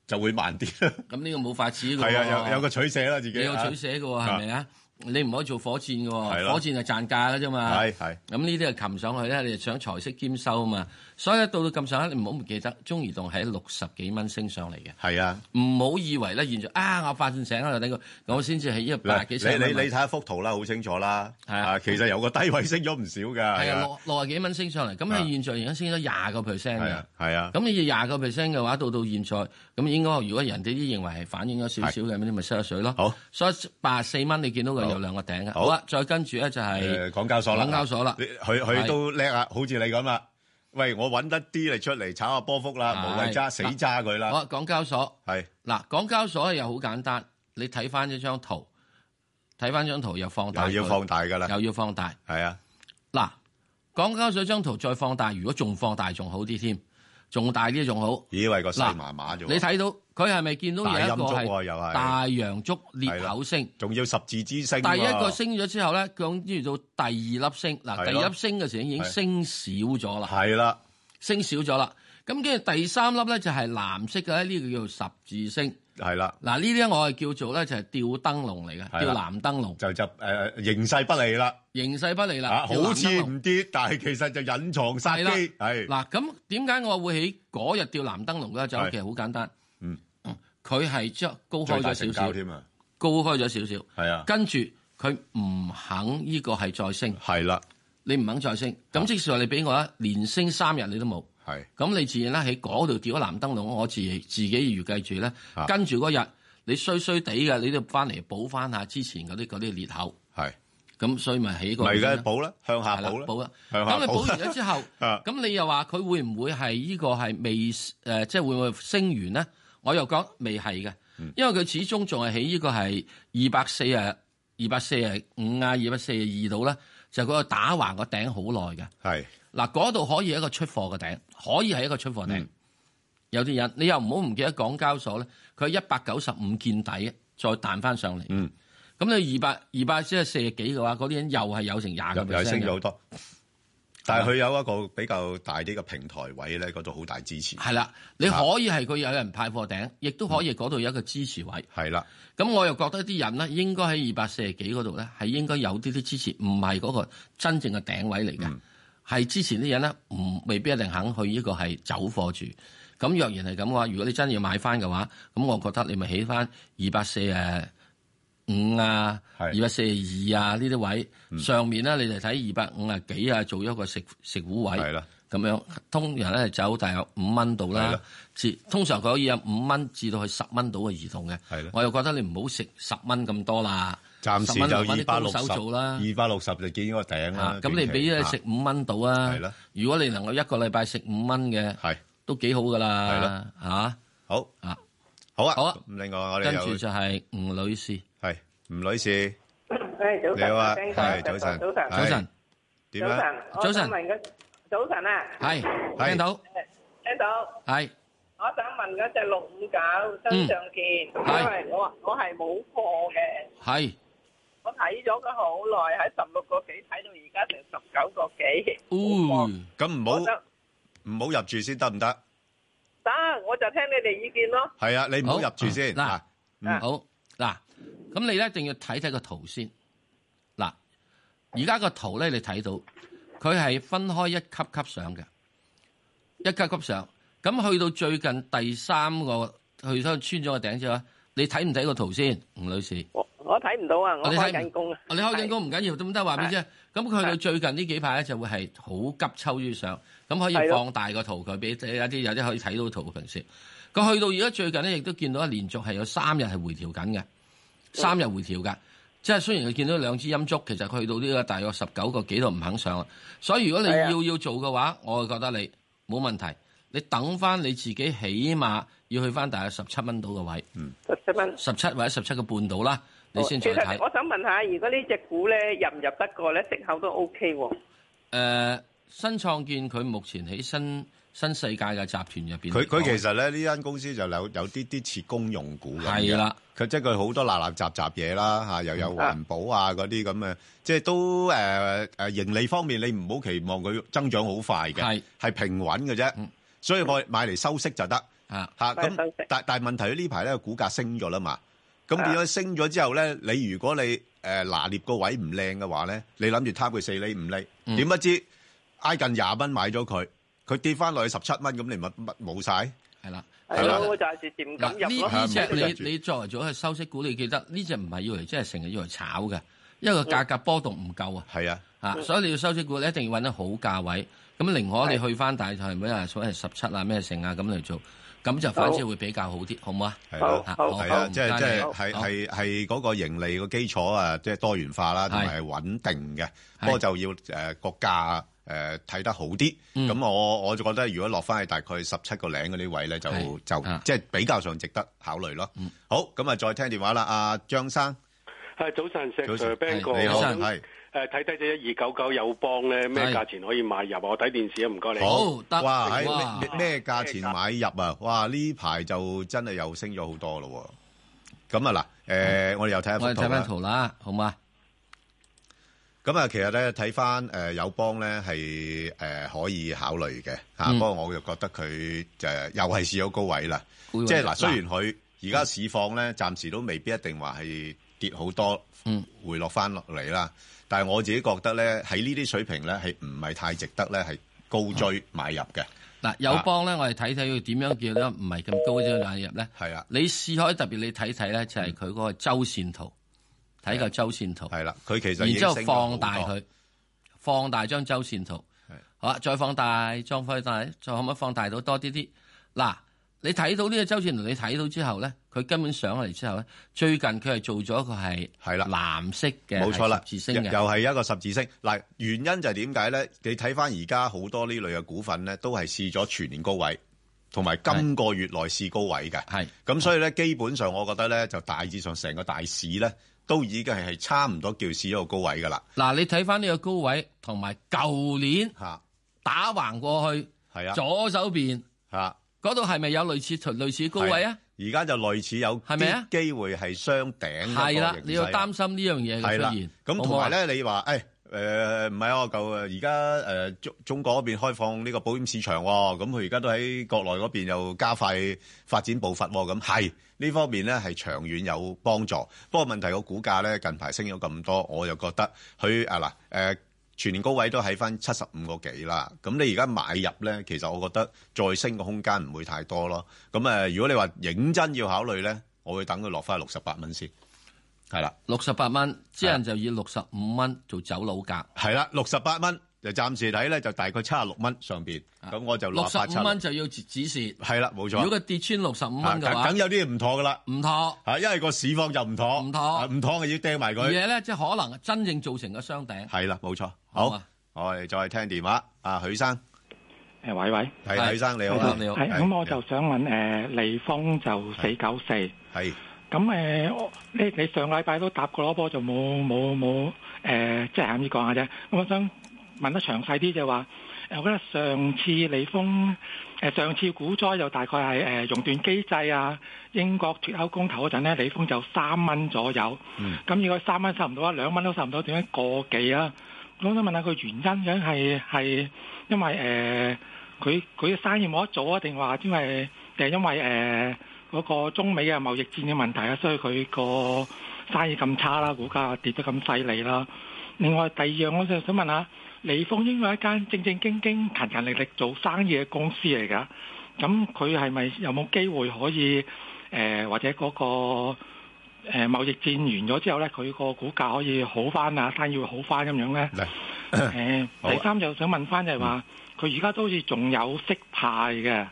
就會慢啲。咁呢個冇法子㗎喎。係啊，有有個取捨啦，自己你有取捨嘅喎，係咪？啊？你唔可以做火箭嘅係喎，咯火箭係賺價嘅啫嘛。係係。咁呢啲係擒上去咧，你就想財色兼收啊嘛。所以咧，到到咁上下，你唔好唔記得，中移動係六十幾蚊升上嚟嘅。係啊，唔好以為咧，現在啊，我發現醒啦，等佢，我先至係一百幾嗱千你蚊你買。你睇下幅圖啦，好清楚啦。係啊，其實由個低位升咗唔少㗎。係係啊啊，六六十幾蚊升上嚟，咁係現在而家升咗廿個 percent 係嘅啊。，係啊。咁你要廿個 percent 嘅話，到到現在咁應該，如果人哋啲認為係反映咗少少嘅，咁你咪收咗水咯。好，所以八十四蚊你見到佢有兩個頂嘅。好啊，再跟住咧就誒係港交所啦，港交所啦，你佢佢都叻啊，好似你咁啦。喂，我揾得啲嚟出嚟炒下波幅啦，係無謂揸死揸佢啦。好啊，港交所係嗱，港交所又好簡單，你睇翻一張圖，睇翻張圖又放大佢，又要放大㗎啦，又要放大。係啊，嗱，港交所張圖再放大，如果仲放大仲好啲添，仲大啲仲好。以為個勢嗱麻麻啫喎。你睇到佢係咪見到有大一陰個燭喎又係係大陽燭裂口升？仲要十字之星啊喎。第一個升咗之後咧，講跟住到第二粒升，係咯嗱第一粒升嘅時候已經升少咗啦，係啦，升少咗啦。咁跟住第三粒咧就係藍色嘅咧，呢、個叫做十字星。係啦。嗱呢啲咧我係叫做咧就係吊燈籠嚟嘅，係吊啦藍燈籠。就就誒、呃形勢不利啦，形勢不利啦啊，吊藍燈籠好似唔跌，但係其實就隱藏殺係啦機，係嗱，咁點解我會喺嗰日吊藍燈籠咧？就係其實好簡單，嗯，佢係將高最開大咗成少交少，添啊，高開咗少少，係啊，跟住佢唔肯呢個係再升，係啦，你唔肯再升，咁即使話你俾我啊，連升三日你都冇，啊係，咁你自然啦喺嗰度掉咗藍燈籠，我自己自己預計住咧，啊跟住嗰日你衰衰地嘅，你都翻嚟補翻下之前嗰啲嗰啲裂口，係，咁所以咪起個咪而家補啦，向下補啦，補啦，向下咁你補完咗之後， 啊咁你又話佢會唔會係呢個係未誒、呃即係會唔會升完咧？我又講未係嘅，嗯因為佢始終仲係喺呢個係二百四啊、二百四啊五啊、二百四啊二度咧，就佢個打橫個頂好耐嘅。係嗱，嗰度可以係一個出貨嘅頂，可以係一個出貨頂。嗯有啲人你又唔好唔記得港交所咧，佢一百九十五見底，再彈翻上嚟。嗯，咁你二百二百即係四十幾嘅話，嗰啲人又係有成廿個又 percent 又升咗嘅好多。但係佢有一個比較大啲嘅平台位咧，嗰度好大支持。啊係啦，你可以係佢有人派貨頂，亦都可以嗰度有一個支持位。係啦，咁我又覺得啲人咧應該喺二百四十幾嗰度咧，係應該有啲啲支持，唔係嗰個真正嘅頂位嚟嗯嘅。係之前啲人咧，唔未必一定肯去呢個係走貨住。咁若然係咁嘅話，如果你真要買翻嘅話，咁我覺得你咪起翻二百四誒五啊，二百四二啊呢啲位、嗯上面咧，你就睇二百五啊幾啊，做一個食食糊位。係啦。咁樣通常咧走大約五蚊度係啦啦，至通常佢可以有五蚊至到去十蚊度嘅移動嘅。係啦我又覺得你唔好食十蚊咁多啦，暫時10蚊就留返二啲百高六十，手做啦。二百六十就見個頂啦啊。咁你俾短佢期食五蚊到啊係啦。如果你能夠一個禮拜食五蚊嘅，係都幾好噶係啦啦。嚇，好啊，好啊，好啊。咁另外我哋跟有住就係吳女士，係吳女士，诶，早晨，你好啊， Ben 哥係早晨，早晨，係早晨，點啊？早晨，我想問嗰早晨啊，à? 係聽到聽到，係我想問嗰只六五九嗯新上健，因為我我係冇貨嘅，係。我睇咗佢好耐，喺十六個幾睇到而家成十九個幾，咁唔我好想唔好入住先得唔得？得，我就聽你哋意見咯。係啊，你唔好入住先。嗱，嗯好嗱，咁你咧一定要睇睇個圖先。嗱，而家個圖咧，你睇到佢係分開一級級上嘅，一級級上。咁去到最近第三個去到穿咗個頂之後，你睇唔睇個圖先，吳女士？我睇唔到啊，我你睇開唔緊工啊。你開緊工唔緊要，咁得話俾你知。咁佢到最近呢幾排咧就會係好急抽於上，咁可以係咯放大個圖佢俾一啲有啲可以睇到圖嘅平時。佢去到而家最近咧，亦都見到連續係有三日係回調緊嘅，三日回調㗎。即係雖然佢見到兩支陰燭，其實佢去到呢個大約十九個幾度唔肯上啦。所以如果你係啊要要做嘅話，我覺得你冇問題。你等翻你自己，起碼要去翻大約十七蚊到嘅位，十七蚊，哦十七或者十七個半到啦，你先再其實睇。我想問下，如果呢只股咧入唔入得過咧，息口都 O K 喎。誒、呃新創建佢目前喺新新世界嘅集團入邊嚟講，佢佢其實咧呢間公司就有有啲啲似公用股咁嘅係啦，佢即係佢好多垃垃雜雜嘢啦嚇，又有環保啊嗰啲咁嘅，即係都誒誒盈利方面你唔好期望佢增長好快嘅，係係平穩嘅啫，所以我買嚟收息就得啊嚇。買嚟收咁息但但係問題呢排咧股價升咗啦嘛，咁變咗升咗之後咧，你如果你誒拿捏個位唔靚嘅話咧，你諗住貪佢四厘五厘，嗯點不知挨近廿蚊買咗佢，佢跌翻落去十七蚊，咁你咪乜冇晒？係啦，係咯，我就係漸咁嗱入呢咯。呢係冇只得住你你作為咗係收息股，你記得呢只唔係要嚟，即係成日要嚟炒嘅，因為個價格波動唔夠啊。係啊，啊，嗯所以你要收息股，你一定要揾得好價位。咁寧可你去翻大係咩啊？所謂十七啊咩成啊咁嚟做，咁就反之會比較好啲，好唔好啊？係咯，啊係啊，即係即係係。好唔該你係係嗰個盈利個基礎啊，即係多元化啦，同埋係穩定嘅。不過就要誒個價誒睇得好啲。嗯咁我我就覺得如果落翻去大概十七個零嗰啲位咧，就係就即係比較上值得考慮咯。好，咁啊再聽電話啦，阿張生，係早晨，石早 Sir 晨 Ben 哥，係你好我想係誒睇低只一二九九友邦咧，咩係價錢可以買入啊？我睇電視啊，唔該你。哇，喺咩咩價錢買入啊？哇，呢排就真係又升咗好多咯喎。咁啊嗱，誒我哋又睇下嗯我幅哋圖睇啦翻。圖啦，好啊嘛？咁啊，其實咧睇翻誒友邦咧係誒可以考慮嘅嚇，嗯不過我就覺得佢就又係試咗高位啦。高位即係嗱，嗱雖然佢而家市況咧暫時都未必一定話係跌好多，嗯，回落翻落嚟啦。但係我自己覺得咧喺呢啲水平咧係唔係太值得咧係高追買入嘅。嗱，友邦咧，我哋睇睇佢點樣叫咧，唔係咁高啫買入咧。係啊，你試開特別你睇睇咧，就係佢嗰個周線圖，睇個周線圖。係啦，佢其實然已之後經升咗好放大多佢，放大張周線圖。好啊啦，再放大，再放大，再可唔可以放大到多啲啲？嗱，你睇到呢個周線圖，你睇到之後咧，佢根本上嚟之後咧，最近佢係做咗個係係啦，藍色嘅，冇錯啦，係十字星嘅，又又係一個十字星。嗱，原因就係點解咧？你睇翻而家好多呢類嘅股份咧，都係試咗全年高位，同埋今個月內試高位嘅。係咁，所以咧，基本上我覺得咧，就大致上成個大市咧，都已經係係差唔多叫試咗個高位噶啦。嗱，你睇翻呢個高位同埋舊年打橫過去，係啊左手邊嚇嗰度係咪有類似類似高位啊？啊而家就類似有係咪啊啲機會係雙頂嗰個係啦形勢，啊你要擔心呢樣嘢嘅係啦出現。好咁唔同好啊埋咧，你話誒誒唔係啊，舊而家誒中中國嗰邊開放呢個保險市場喎，咁佢而家都喺國內嗰邊又加快發展步伐喎，咁係呢方面咧係長遠有幫助。不過問題個股價咧近排升咗咁多，我又覺得佢啊嗱誒。全年高位都喺翻七十五個幾啦，咁你而家買入咧，其實我覺得再升嘅空間唔會太多咯。咁誒、呃如果你話認真要考慮咧，我會等佢落翻六十八蚊先，係啦。六十八蚊，之人就以六十五蚊做走佬價。係啦，六十八蚊就暫時睇咧，就大概七十六蚊上邊，咁我就啊六落十八七五蚊就要指示。係啦，冇錯。如果佢跌穿六十五蚊嘅啊話梗，有啲唔妥噶啦，唔妥嚇，因為個市況就唔妥，唔妥，唔妥，就要掟埋而嘢佢。咧即係可能真正造成嘅雙頂。係啦，冇錯。好啊好，我哋再聽電話，阿許啊生。誒，喂喂，係許生你好啊，係係咁，我就想問誒，利豐就四九四。係。咁誒，我你你上個禮拜都答過咯，不過就冇冇冇誒，即係咁意講下啫。咁我想問得詳細啲就話，誒我覺得上次利豐誒上次股災就大概係誒熔斷機制啊，英國脱歐公投嗰陣咧，利豐就三蚊左右。嗯咁如果三蚊收唔到啊，兩蚊都收唔到，點解個幾啊？咁我想問下佢原因，咁係係因為誒佢佢嘅生意冇得做啊，定話因為定係因為誒嗰、個中美嘅貿易戰嘅問題啊，所以佢個生意咁差啦，股價跌得咁犀利啦。另外第二樣，我就想問下，利豐應該係一間正正經經、勤勤力力做生意嘅公司嚟㗎，咁佢係咪有冇機會可以誒、呃或者嗰、個？誒呃貿易戰完咗之後咧，佢個股價可以好翻啊，生意會好翻咁樣咧。誒， 好啊第三就想問翻就係話，佢而家都好似仲有息派嘅，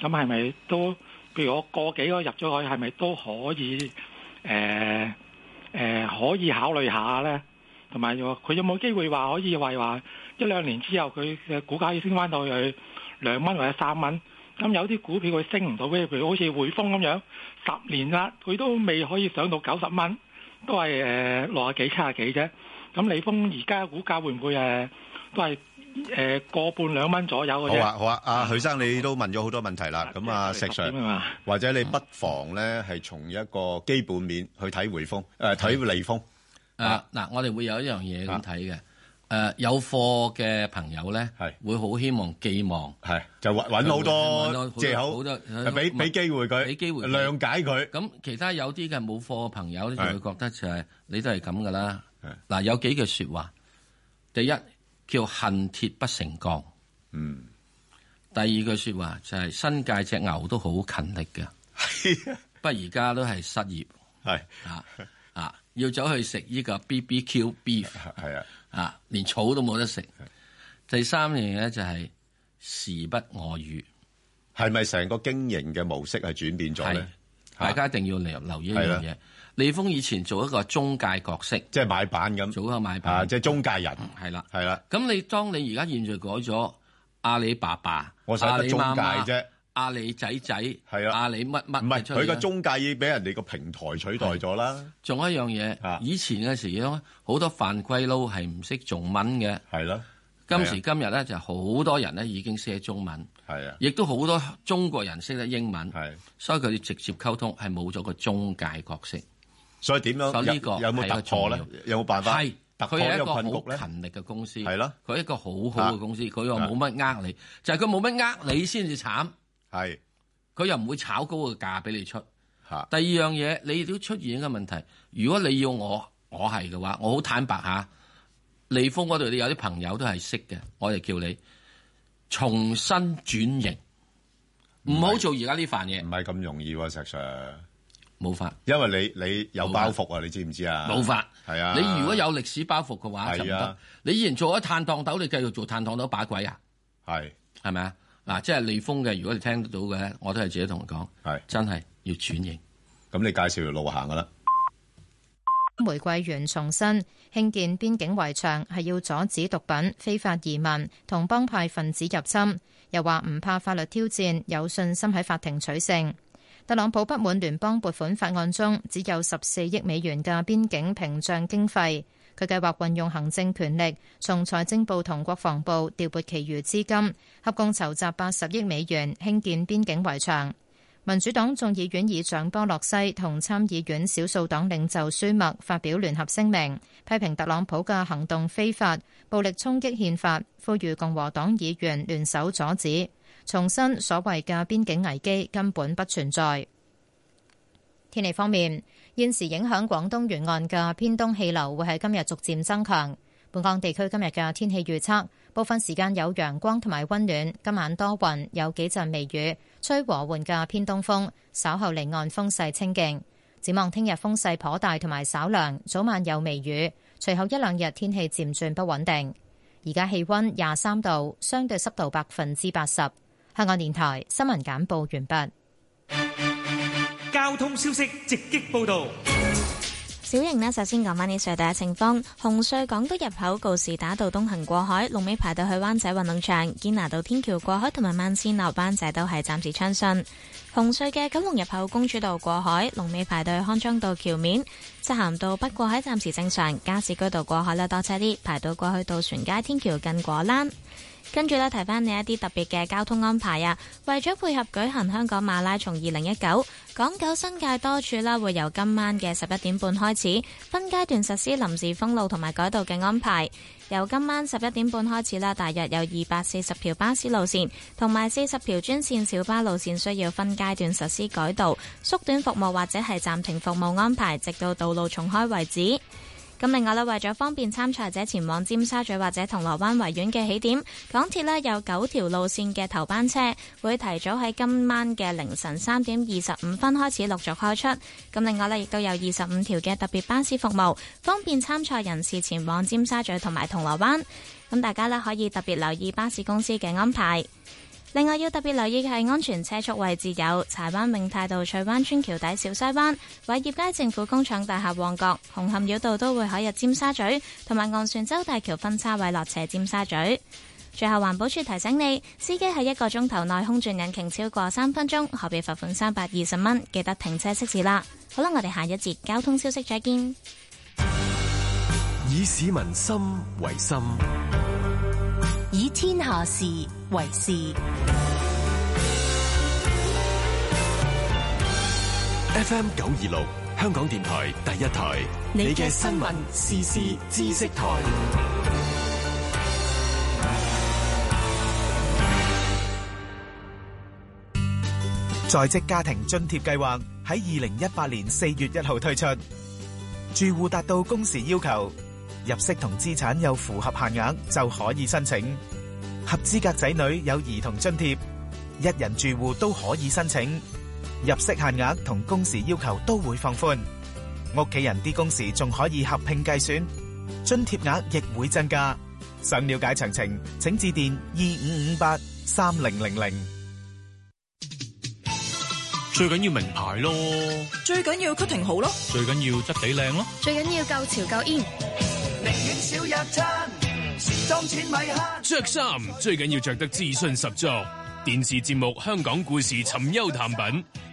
咁係咪都？譬如我過幾個入咗去，係咪都可以？誒、誒、可以考慮下咧，同埋又話佢有冇機會話可以話話一兩年之後佢嘅股價要升翻到去兩蚊或者三蚊？咁有啲股票佢升唔到嘅，譬如好似匯豐咁樣，十年啦，佢都未可以上到九十蚊，都係誒六啊幾七啊幾啫。咁利豐而家股價會唔會誒、都係誒、個半兩蚊左右嘅好啫？啊，好啊，阿許生你都問咗好多問題啦。咁啊，石即係十 Sir，點啊嘛或者你不妨咧係從一個基本面去睇匯豐，誒睇利豐。誒嗱，我哋會有一樣嘢咁睇嘅。誒有貨嘅朋友咧，會好希望寄望，係就揾揾好多藉口好多俾俾機會佢俾機會諒解佢。咁其他有啲嘅冇貨嘅朋友咧，就會覺得就係你都係咁噶啦。嗱，有幾句説話，第一叫恨鐵不成鋼，嗯，第二句説話就係新界只牛都好勤力嘅，不過而家都係失業，係啊啊，要走去食呢個 BBQ beef，係啊，啊，連草都冇得食。第三樣嘢就係時不我與，係咪成個經營嘅模式係轉變咗咧？大家一定要留留意一係樣啦嘢。利豐以前做一個中介角色，即係買板咁，做一個買板，嗯啊，即係中介人。係啦，係啦。咁你當你而家現在改咗阿里巴巴，我使阿乜里中媽介媽啫？阿里仔仔係啊，阿里乜乜唔係出嚟啦佢個中介已經俾人哋個平台取代咗啦。仲有一樣啊嘢，以前嘅時咧，好多犯規佬係唔識中文嘅。係咯。今時今日咧，就好多人咧已經識中文。係啊。亦都好多中國人識得英文。係。所以佢哋直接溝通係冇咗個中介角色。所以點樣所以呢個有有冇係一個突破咧重要有冇辦法係突破佢係呢一個個困局好咧勤力嘅公司。係咯。啊佢係一個好好嘅公司，佢又冇乜呃你，就係佢冇乜呃你先至慘。係。佢又唔會炒高個價俾你出。第二樣嘢，你都出現一個問題，如果你要我，我係嘅話，我好坦白下，利豐嗰度你有啲朋友都係識嘅，我就叫你重新轉型，唔好做而家呢份嘢。唔係咁容易喎，石 Sir。冇法，因為你你有包袱啊，你知唔知啊？冇法係啊。你如果有歷史包袱嘅話就唔係啊得。你以前做咗炭檔豆，你繼續做炭檔豆把鬼啊？係係咪啊？嗱，即係利豐嘅，如果你聽得到嘅，我都係自己同佢講，係真係要轉型。咁你介紹條路行噶啦。玫瑰園重申興建邊境圍牆係要阻止毒品、非法移民同幫派分子入侵，又話唔怕法律挑戰，有信心喺法庭取勝。特朗普不滿聯邦撥款法案中只有十四億美元嘅邊境屏障經費，佢計劃運用行政權力，從財政部同國防部調撥其餘資金，合共籌集八十億美元興建邊境圍牆。民主黨眾議院議長波洛西同參議院少數黨領袖舒默發表聯合聲明，批評特朗普嘅行動非法、暴力衝擊憲法，呼籲共和黨議員聯手阻止，重申所謂嘅邊境危機根本不存在。天氣方面，現時影響廣東沿岸嘅偏東氣流會喺今日逐漸增強。本港地區今日嘅天氣預測，部分時間有陽光同埋温暖，今晚多雲，有幾陣微雨，吹和緩嘅偏東風，稍後離岸風勢清勁。展望聽日風勢頗大同埋稍涼，早晚有微雨，隨後一兩日天氣漸轉不穩定。而家氣温廿三度，相對濕度百分之八十。香港電台新聞簡報完畢。交通消息直擊報道。小型呢，首先講翻啲隧道嘅情況。紅隧港島入口告士打道東行過海，龍尾排到去灣仔運動場；堅拿道天橋過海同埋慢線落灣仔都係暫時暢順。紅隧嘅九龍入口公主道過海，龍尾排到去康莊道橋面；漆咸道北過海暫時正常，加士居道過海咧多車啲，排到過去渡船街天橋近果欄。跟住呢，提翻你一啲特別嘅交通安排啊！為咗配合舉行香港馬拉松二零一九，港九新界多處啦會由今晚嘅十一點半開始，分階段實施臨時封路同埋改道嘅安排。由今晚十一點半開始啦，大約有二百四十條巴士路線同埋四十條專線小巴路線需要分階段實施改道、縮短服務或者係暫停服務安排，直到道路重開為止。咁另外咧，為咗方便參賽者前往尖沙咀或者銅鑼灣維園嘅起點，港鐵呢有九條路線嘅頭班車會提早喺今晚嘅凌晨三點二十五分開始陸續開出。咁另外呢，亦都有二十五條嘅特別巴士服務，方便參賽人士前往尖沙咀同埋銅鑼灣。咁大家呢可以特別留意巴士公司嘅安排。另外要特別留意嘅係安全車速位置有柴灣永泰道翠灣村橋底、小西灣、偉業街政府工廠大廈、旺角、紅磡繞道都會海入尖沙咀，同埋昂船洲大橋分叉位落斜尖沙咀。最後環保署提醒你，司機喺一個鐘頭內空轉引擎超過三分鐘，可被罰款三百二十蚊。記得停車熄匙啦。好啦，我哋下一節交通消息再見。以市民心為心，以天下事為事。 FM 九二六香港電台第一台，你嘅新聞時事知識台，在職家庭津貼計劃喺二零一八年四月一號推出，住戶達到工時要求，入息同資產有符合限額就可以申請。合資格仔女有兒童津貼，一人住戶都可以申請。入息限額同工時要求都會放寬，屋企人啲工時仲可以合併計算，津貼額亦會增加。想了解詳情，請致電二五五八三零零零。最緊要名牌咯，最緊要 cutting 好咯，最緊要質地靚咯。最緊要夠潮夠 in。寧願少日餐，時裝錢咪慳。着衫最緊要着得自信十足。電視節目《香港故事尋幽探品》，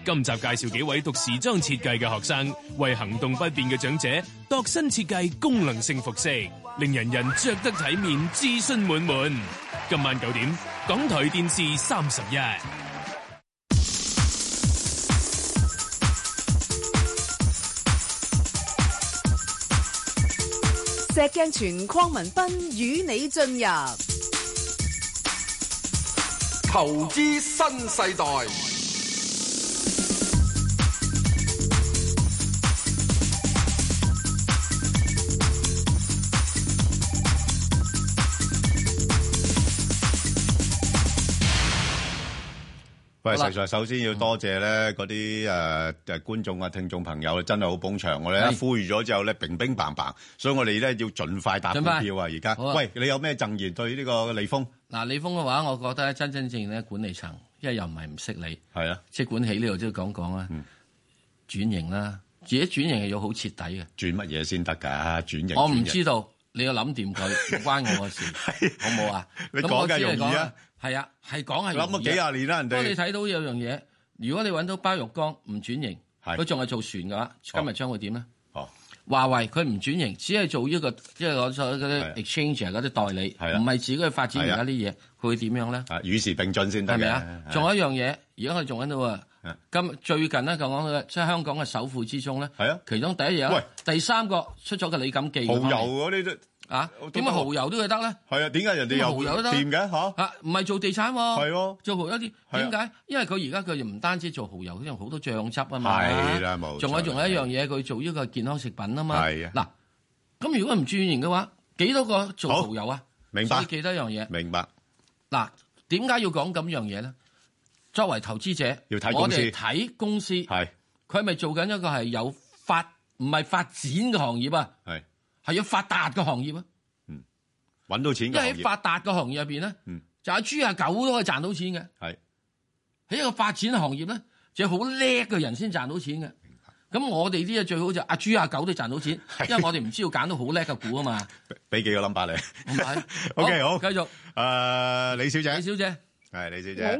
今集介紹幾位讀時裝設計嘅學生，為行動不便嘅長者度身設計功能性服飾，令人人着得體面、自信滿滿。今晚九點，港台電視三十一。石鏡泉鄺民彬與你進入投資新世代，喂，好啦實在首先要多謝咧嗰啲誒誒觀眾啊、聽眾朋友，真係好捧場。我哋一係呼籲咗之後咧，乒乒乓乓，所以我哋咧要盡快打股盡快票啊！而家，好啊喂，你有咩贈言對呢個利豐？嗱，李峰嘅話，我覺得真真正正咧管理層，因為又唔係唔識你，係啊，嗯即係管起呢度都要講講啦，轉型啦，自己轉型係要好徹底嘅。轉乜嘢先得㗎？轉型我唔轉型知道，你要諗掂佢，唔關我嘅 事，好冇啊？你咁我講梗係只係容易啊，係啊，係講係諗咗幾廿年啦人哋不過你睇到有樣嘢，如果你揾到包玉剛唔轉型，佢仲係做船嘅話，今日將會點咧？哦，華為佢唔轉型，只係做呢個即係我所嗰啊啲 exchange 嗰啲代理，唔係自己去發展而家啲嘢，佢會點樣咧？啊，與時並進先係啊得嘅。咪啊？仲有一樣嘢，而家佢仲揾到啊！今最近咧就講到即係香港嘅首富之中咧，係啊，其中第一樣喂，第三個出咗個李錦記嘅方蠔面油嗰啲都啊，點解蠔油都佢得咧？係啊，點解人哋蠔油又都得掂嘅嚇？啊，唔係做地產喎，係喎，做蠔油啲係啊點解？因為佢而家佢唔單止做蠔油，因為好多醬汁啊嘛。係啦冇錯仲有仲有一樣嘢，佢做呢個健康食品啊嘛。係啊嗱，咁如果唔轉型嘅話，幾多個做蠔油啊？明白所以記得一樣嘢。明白。嗱，點解要講咁樣嘢咧？作為投資者，要睇我公司哋睇公司，係佢係咪做緊一個係有發唔係發展嘅行業啊？係係要發達嘅行業啊！揾到錢因嘅為行喺業發達嘅行業入邊咧，嗯就阿豬啊狗都可以賺到錢嘅。係喺一個發展行業咧，就好叻嘅人先賺到錢嘅。咁我哋啲嘢最好就阿啊豬阿狗都賺到錢， 因為我哋唔知道揀到好叻嘅股啊嘛。俾幾個 number 你。好 OK，好，繼續。誒，李小姐，李小姐，係李小喂姐，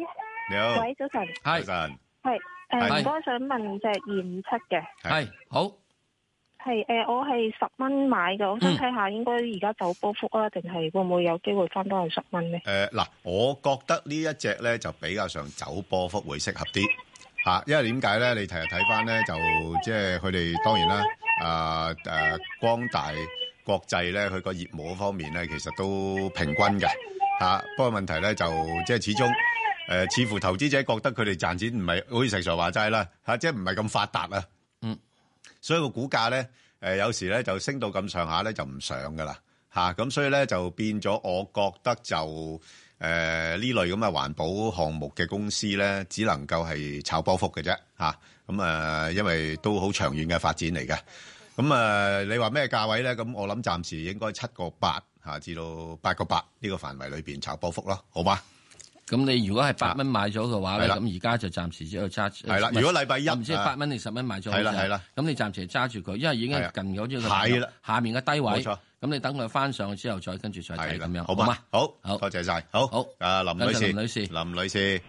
你好，喂，早晨，早晨，系诶，係唔該想問隻二五七嘅，係好。係诶，呃我係十蚊買嘅，我想睇下應該而家走波幅啊，定係會唔會有機會翻到去十蚊呢？誒呃嗱、我覺得呢一隻咧就比較上走波幅會適合啲嚇、啊因為點解咧？你睇睇翻咧，就即係佢哋當然啦，啊誒、光大國際咧，佢個業務方面咧，其實都平均嘅嚇、啊不過問題咧就即係始終。誒、似乎投資者覺得佢哋賺錢唔係好似石 Sir 話齋啦嚇，即係唔係咁發達啊。所以個股價咧，誒、有時咧就升到咁上下咧就唔上噶啦嚇，咁、所以咧就變咗，我覺得就誒呢、類咁嘅環保項目嘅公司咧，只能夠係炒波幅嘅啫嚇，啊咁啊、因為都好長遠嘅發展嚟嘅。咁啊，你話咩價位咧？咁我諗暫時應該七個八嚇至到八個八呢個範圍裏邊炒波幅咯，好嘛？咁你如果係八蚊買咗嘅話係咧，啦咁而家就暫時只有揸住。係啦如果禮拜一我唔知啊八蚊定十蚊買咗。係啦係啦。咁你暫時揸住佢，因為已經係啊係近咗呢個係啦下面嘅低位。冇錯咁你等佢翻上去之後，再跟住再睇咁樣，好嘛嘛？？好，好，多謝晒。好，好，啊林女士，林女士，林女士，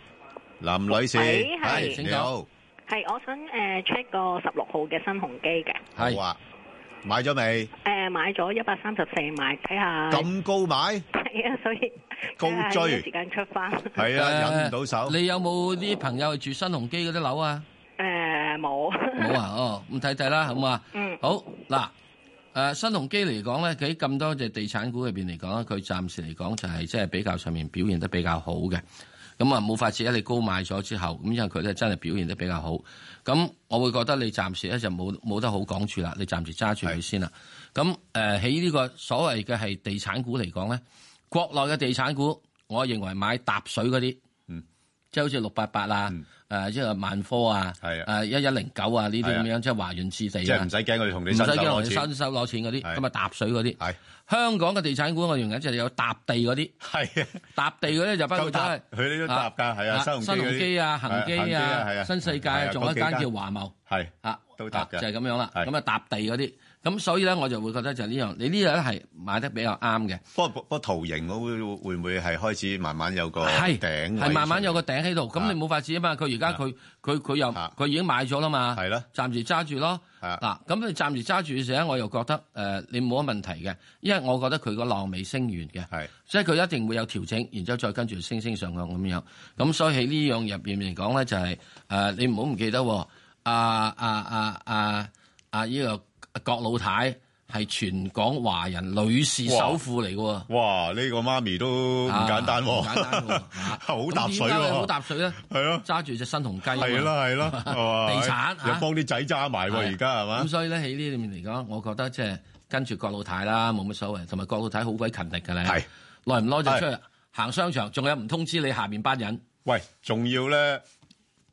林女士，喂係係你好。係，我想誒 check 個十六號嘅新鴻基嘅，好啊，買咗未？誒買咗一百三十四買，睇下咁高買？ 係啊，所以高追睇下有冇時間出翻係誒啊 忍唔到手你有冇啲朋友係住新鴻基嗰啲樓啊？誒呃冇冇啊，哦，咁睇睇啦，好嘛？ 嗯好嗱，誒新鴻基嚟講咧，佢喺咁多隻地產股入邊嚟講咧，佢暫時嚟講就係即係比較上面表現得比較好嘅。咁啊，冇法子啊！你高買咗之後，咁因為佢咧真係表現得比較好，咁我會覺得你暫時咧就冇冇得好講處啦，你暫時揸住佢先啦。咁誒喺呢個所謂嘅係地產股嚟講咧，國內嘅地產股，我認為買搭水嗰啲，嗯，即係好似六八八啊，誒即係萬科啊，誒一一零九啊呢啲咁係樣，即係華潤置地啊，即係唔使驚佢哋同你唔使伸手驚我攞哋錢伸手攞錢嗰啲，咁啊搭水嗰啲。香港嘅地產股，我認為就係有搭地嗰啲。係搭地嗰啲就包括夠搭咗佢呢都搭㗎係啊新鴻基新嗰啲鴻基啊、恒係基恆基啊係啊、啊新世界係啊，啊仲有一嗰間幾叫間華茂。係啊，都搭就嘅係咁樣啦。係咁啊搭地嗰啲，咁所以咧我就會覺得就係呢樣，你呢樣咧係買得比較啱嘅。不過不過圖形我會會唔會係開始慢慢有個係頂位係慢慢有個頂喺度，咁你冇法子啊嘛。佢而家佢佢佢又佢已經買咗啦嘛，係啦，啊暫時揸住咯。嗱，咁你暫時揸住嘅時候呢，我又覺得誒、呃你冇乜問題嘅，因為我覺得佢個浪尾升完嘅，係，即係佢一定會有調整，然之後再跟住升升上上咁樣。咁所以喺呢樣入邊嚟講咧，就係、呃你唔好唔記得喎，啊啊啊啊啊呢、個郭老太係全港華人女士首富嚟嘅喎。哇！呢個媽咪都啊唔簡單喎，唔簡單喎啊好搭水咁點解喎，佢好搭水咧？係咯，揸住只新紅雞啊嘛。 係啦 係啦，地產啊又幫啲仔揸埋喎，而家係嘛咁？所以咧喺呢裏面嚟講，我覺得即係跟住郭老太啦，冇乜所謂。同埋郭老太好鬼勤力嘅咧，係耐唔耐就出去行商場，仲有唔通知你下面班人。喂，仲要咧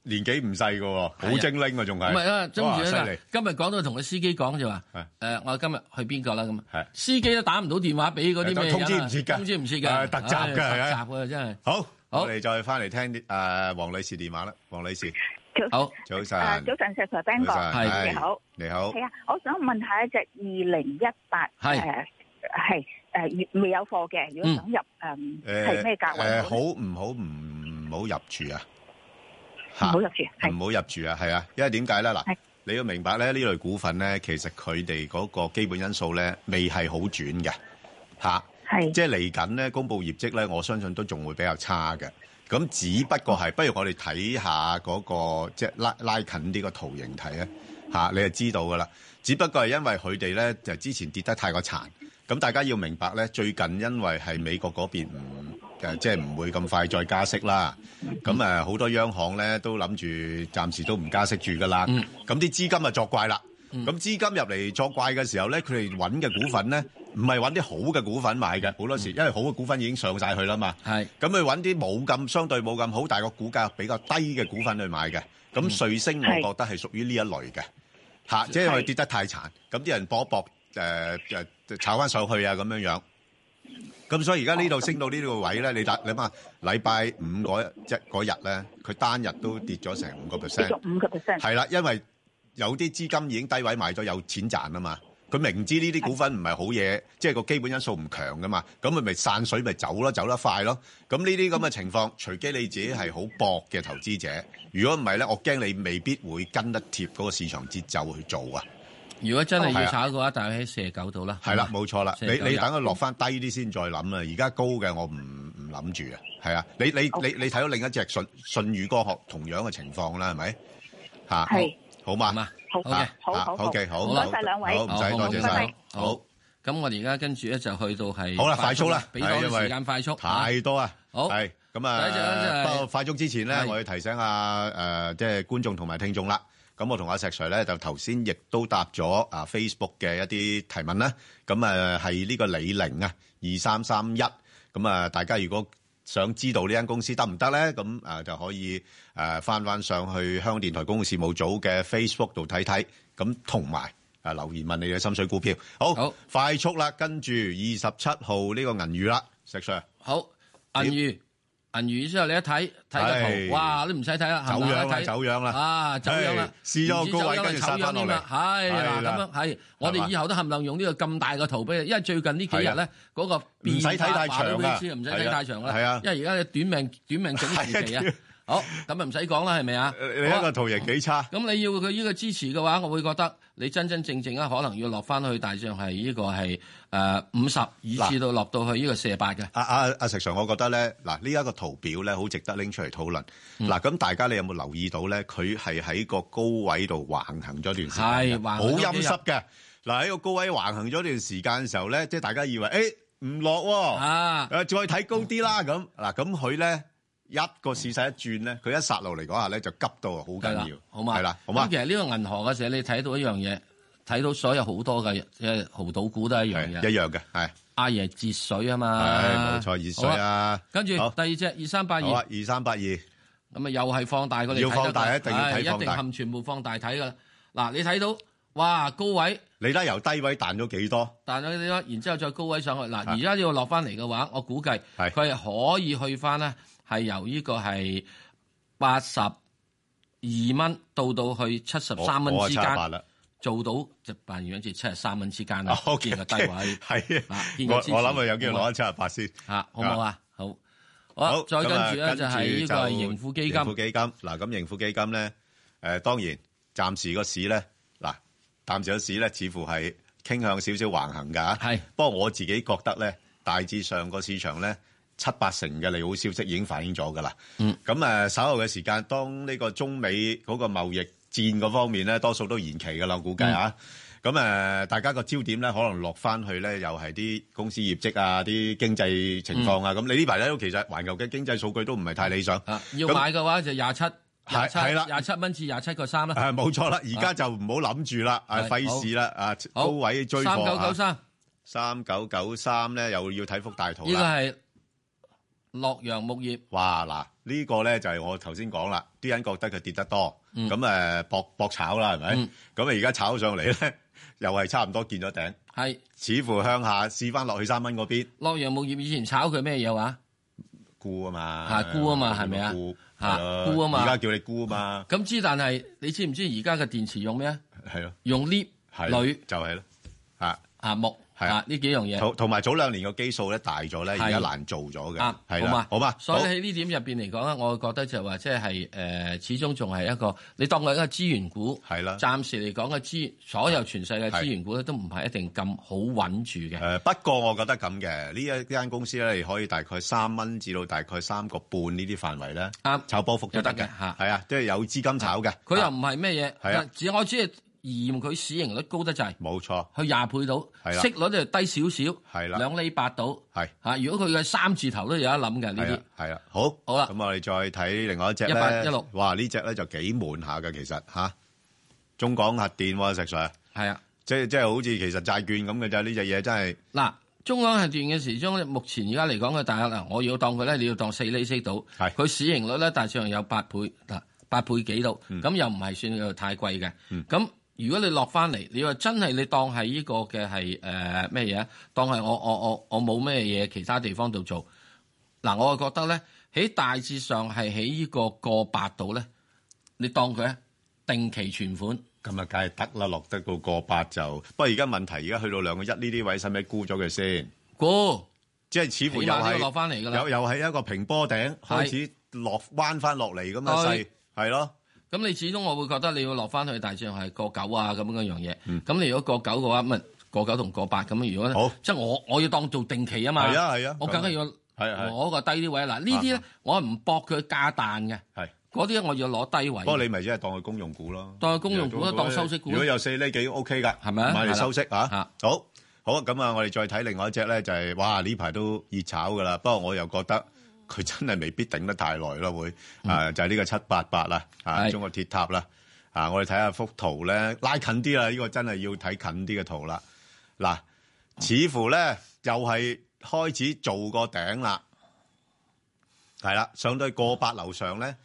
年紀唔細㗎喎，係好啊精靈喎，仲係。唔係啊，跟哇住犀咧利，今日講到同個司機講就話，誒，我今日去邊個啦咁啊，司機都打唔到電話俾嗰啲誒咩啊通知唔切㗎通知唔切誒㗎，特集㗎唉係特啊集㗎真係。好，我哋再翻嚟聽啲誒黃女士電話啦，黃女士。好，早啊晨，早晨，石 Sir Ben 哥，早晨係你好，你好係啊，我想問下一隻二零一八，係誒係誒未有貨嘅，如果想入誒係咩價誒位好好呢？唔好唔好入住啊？唔好入住，唔好入住啊，係啊，因為點解咧？嗱，你要明白咧，呢類股份咧，其實佢哋嗰個基本因素咧，未係好轉嘅嚇。係即係嚟緊咧，公布業績咧，我相信都仲會比較差嘅。咁只不過係，不如我哋睇下嗰、個即係拉拉近呢個圖形睇啊嚇，你就知道噶啦。只不過係因為佢哋咧就之前跌得太過殘，咁大家要明白咧，最近因為係美國嗰邊唔誒，呃即係唔會咁快再加息啦。咁誒，好多央行咧都諗住暫時都唔加息住噶啦。嗯咁啲資金啊作怪啦。咁資金入嚟作怪嘅時候咧，佢哋揾嘅股份咧，唔係揾啲好嘅股份買嘅，好多時因為好嘅股份已經上晒去啦嘛。係。咁佢揾啲冇咁相對冇咁好，但係個股價比較低嘅股份去買嘅。咁瑞星，我覺得係屬於呢一類嘅。嚇，即係佢跌得太殘，咁啲人搏一搏，誒誒炒翻上去啊咁樣樣。咁所以而家呢度升到呢度個位咧，你打你諗下，禮拜五嗰一嗰日咧，佢單日都跌咗成五個 percent，跌咗五個 percent，係啦，因為有啲資金已經低位買咗，有錢賺啊嘛。佢明知呢啲股份唔係好嘢，即係個基本因素唔強噶嘛，咁佢咪散水咪走咯，走得快咯。咁呢啲咁嘅情況，除非你自己係好搏嘅投資者，如果唔係咧，我驚你未必會跟得貼嗰個市場節奏去做啊。如果真係係要啊炒嘅話，大概喺四十九度啦。係啦，冇錯啦。你49你等佢落翻低啲先再諗啦。而家高嘅我唔唔諗住啊。係啊，你你你你睇到另一隻信信宇光學同樣嘅情況啦，係咪？嚇，係好嘛，好啊好啊好好 OK，好，唔該好晒兩位好唔使好多謝晒，好好。咁我哋而家跟住咧就去到係好啦，快速啦，俾多係因啲為時間快速。太多啊，好係咁第一隻咧就係啊，不過快速之前咧，係我要提醒下誒，即係觀眾同埋聽眾啦。咁我同阿石 Sir 咧就頭先亦都答咗啊 Facebook 嘅一啲提問啦。咁誒係呢個李寧啊，二三三一。咁啊，大家如果想知道呢間公司得唔得咧，咁啊就可以誒翻翻上去香港電台公共事務組嘅 Facebook 度睇睇。咁同埋。啊！留言問你嘅心水股票，好，快速啦，跟住二十七號呢個銀魚啦，石 Sir，好，銀魚，銀魚之後你一睇睇個係圖，哇！你唔使睇啦，走樣啦行啦睇走樣啦啊，走樣啦係，試咗個高位跟住殺返落嚟係嗱係啦咁樣係，我係嘛哋以後都冚唪唥用呢個咁大嘅圖俾你，因為最近呢幾日係咧啊嗰個唔使睇太變化話俾長你啊知唔使係睇啊太長啦，係啊因為而家短命短命整時期啊 係啊，好，咁啊唔使講啦，係咪啊？你一個圖形幾差？咁你要佢呢個支持嘅話，我會覺得你真真正正啊，可能要落翻去大致上係呢個係誒五十，以至到落到去呢個四十八嘅。阿阿阿石 Sir，我覺得咧，嗱呢一個圖表咧，好值得拎出嚟討論。嗯嗱，咁大家你有冇留意到咧？佢係喺個高位度橫行咗段時間嘅，係橫好行咗陰濕幾日嘅。嗱喺個高位橫行咗段時間嘅時候咧，即係大家以為誒唔落喎，啊誒再睇高啲啦咁。嗱咁佢咧一個市勢一轉咧，佢一殺落嚟嗰下咧就急到好緊係啦要，好嘛？係啦，好嘛咁其？實呢個銀行嘅時候，你睇到一樣嘢，睇到所有好多嘅誒豪賭股都係一樣嘢，一樣嘅，係阿爺節水啊嘛，係冇錯節水啊好跟住好第二隻二三八二，好啊，二三八二，咁啊又係放大佢哋要睇得放大㗎一定要睇唉放一定大冚全部放大睇噶啦。嗱，你睇到哇高位。你睇由低位彈咗幾多？但咗啲咯，然之後再高位上去。嗱，而家要落翻嚟嘅話，我估計係佢係可以去翻咧，係由呢個係八十二蚊到到去七十三蚊之間我我係78啦做到就扮演至七十三蚊之間啦， OK，見個低位係啊見我個支持我諗佢有機會攞一七好十八先啊好唔好啊？好，好好，再跟住咧咁啊就係呢個係跟住就盈富基金盈富基金嗱，咁盈富基金咧，誒當然暫時個市咧，嗱暫時個市咧，似乎係傾向少少橫行㗎。係，不過我自己覺得咧，大致上個市場咧。七八成嘅利好消息已經反映咗㗎啦。嗯咁誒，稍後嘅時間，當呢個中美嗰個貿易戰嗰方面咧，多數都延期㗎啦，我估計啊。咁誒、大家個焦點咧，可能落翻去咧，又係啲公司業績啊，啲經濟情況啊。咁、你呢排咧，其實環球嘅經濟數據都唔係太理想。要咁買嘅話就廿七。廿係七係啦廿七蚊至廿七個 三啦。誒啊冇錯啦，而家就唔好諗住啦，誒啊係費事啦，啊好高位追貨三九九三，三九九三咧又要睇幅大圖呢個啦。係洛陽木業。哇！嗱，呢個咧就係我頭先講啦，啲人覺得佢跌得多，嗯咁誒搏搏炒啦，係咪？咁啊而家炒上嚟咧， 又係差唔多見咗頂，係似乎向下試翻落去三蚊嗰邊。洛陽鉬業以前炒佢咩嘢話？沽啊嘛，嚇沽啊嘛係咪啊沽嚇係咯沽啊嘛而家叫你沽啊嘛，咁之但係你知唔知而家嘅電池用咩啊？係咯，用 lift 係咯鋁就係咯，嚇嚇木係嚇呢幾樣嘢。同同埋早兩年個基數咧大咗咧，係而家難做咗嘅，啊，係好嘛啦，，好嘛，所以好喺呢點入邊嚟講咧，我覺得就話即係誒，始終仲係一個你當佢一個資源股，係啦。暫時嚟講嘅資所有全世界資源股咧都唔係一定咁好穩住嘅。誒不過我覺得咁嘅呢一呢間公司咧，你可以大概三蚊至到大概三個半呢啲範圍咧，啊炒波幅都得嘅，係啊，即係有資金炒嘅。佢又唔係咩係啊嘢，只我只係嫌佢市盈率高得滯，冇錯，去廿倍到係，啦息率就低少少，係啦兩厘八到，係嚇。如果佢嘅三字頭都有得諗嘅呢係啲啦，，係啦，啊好，好啦，咁我哋再睇另外一隻咧， 1816哇，呢只咧就幾悶下嘅，其實吓，中港核電喎，石 Sir，係啊，即係即係好似其實債券咁嘅咋，呢只嘢真係嗱，中港核電嘅時鐘，目前而家嚟講嘅大約嗱，我要當佢咧，你要當四厘息到，佢市盈率咧大致上有八倍嗱，八倍幾度，咁、又唔係算佢太貴嘅。咁、如果你落翻嚟，你話真係你當係呢個嘅係誒咩嘢？啊當係我我我我冇咩嘢其他地方度做，嗱，我就覺得咧喺大致上係喺呢個個八度咧，你當佢啊定期存款。咁啊，梗係得啦，落得到個八就，不過而家問題而家去到兩個一呢啲位，使唔使沽咗佢先？沽，即係似乎又起碼都係落返嚟㗎啦又又係一個平波頂開始落彎翻落嚟咁啊嘅對勢，係咯。哦咁你始終我會覺得你要落翻去大致上係個九啊咁樣樣嘢。咁、嗯你如果個九嘅話，咪個九同個八咁樣。如果好，即係我我要當做定期啊嘛。係啊係啊我梗係要係係攞個低啲位。啊嗱呢啲咧，我唔搏佢價彈嘅。係嗰啲我要攞低位。不過你咪即係當佢公用股咯，當佢公用股咯當收息股咯如果有四厘幾 OK 㗎，係咪啊買係嚟啦收息嚇。好，好啊，咁啊，我哋再睇另外一隻咧，就係哇呢排都熱炒㗎啦。不過我又覺得佢真係未必頂得太耐咯，會嗯啊就係呢個七八八啦，啊中國鐵塔啦。啊，我哋睇下幅圖咧，拉近啲啦，呢個真係要睇近啲嘅圖啦。嗱，似乎咧又係開始做個頂啦，係啦，上到去過百樓上咧，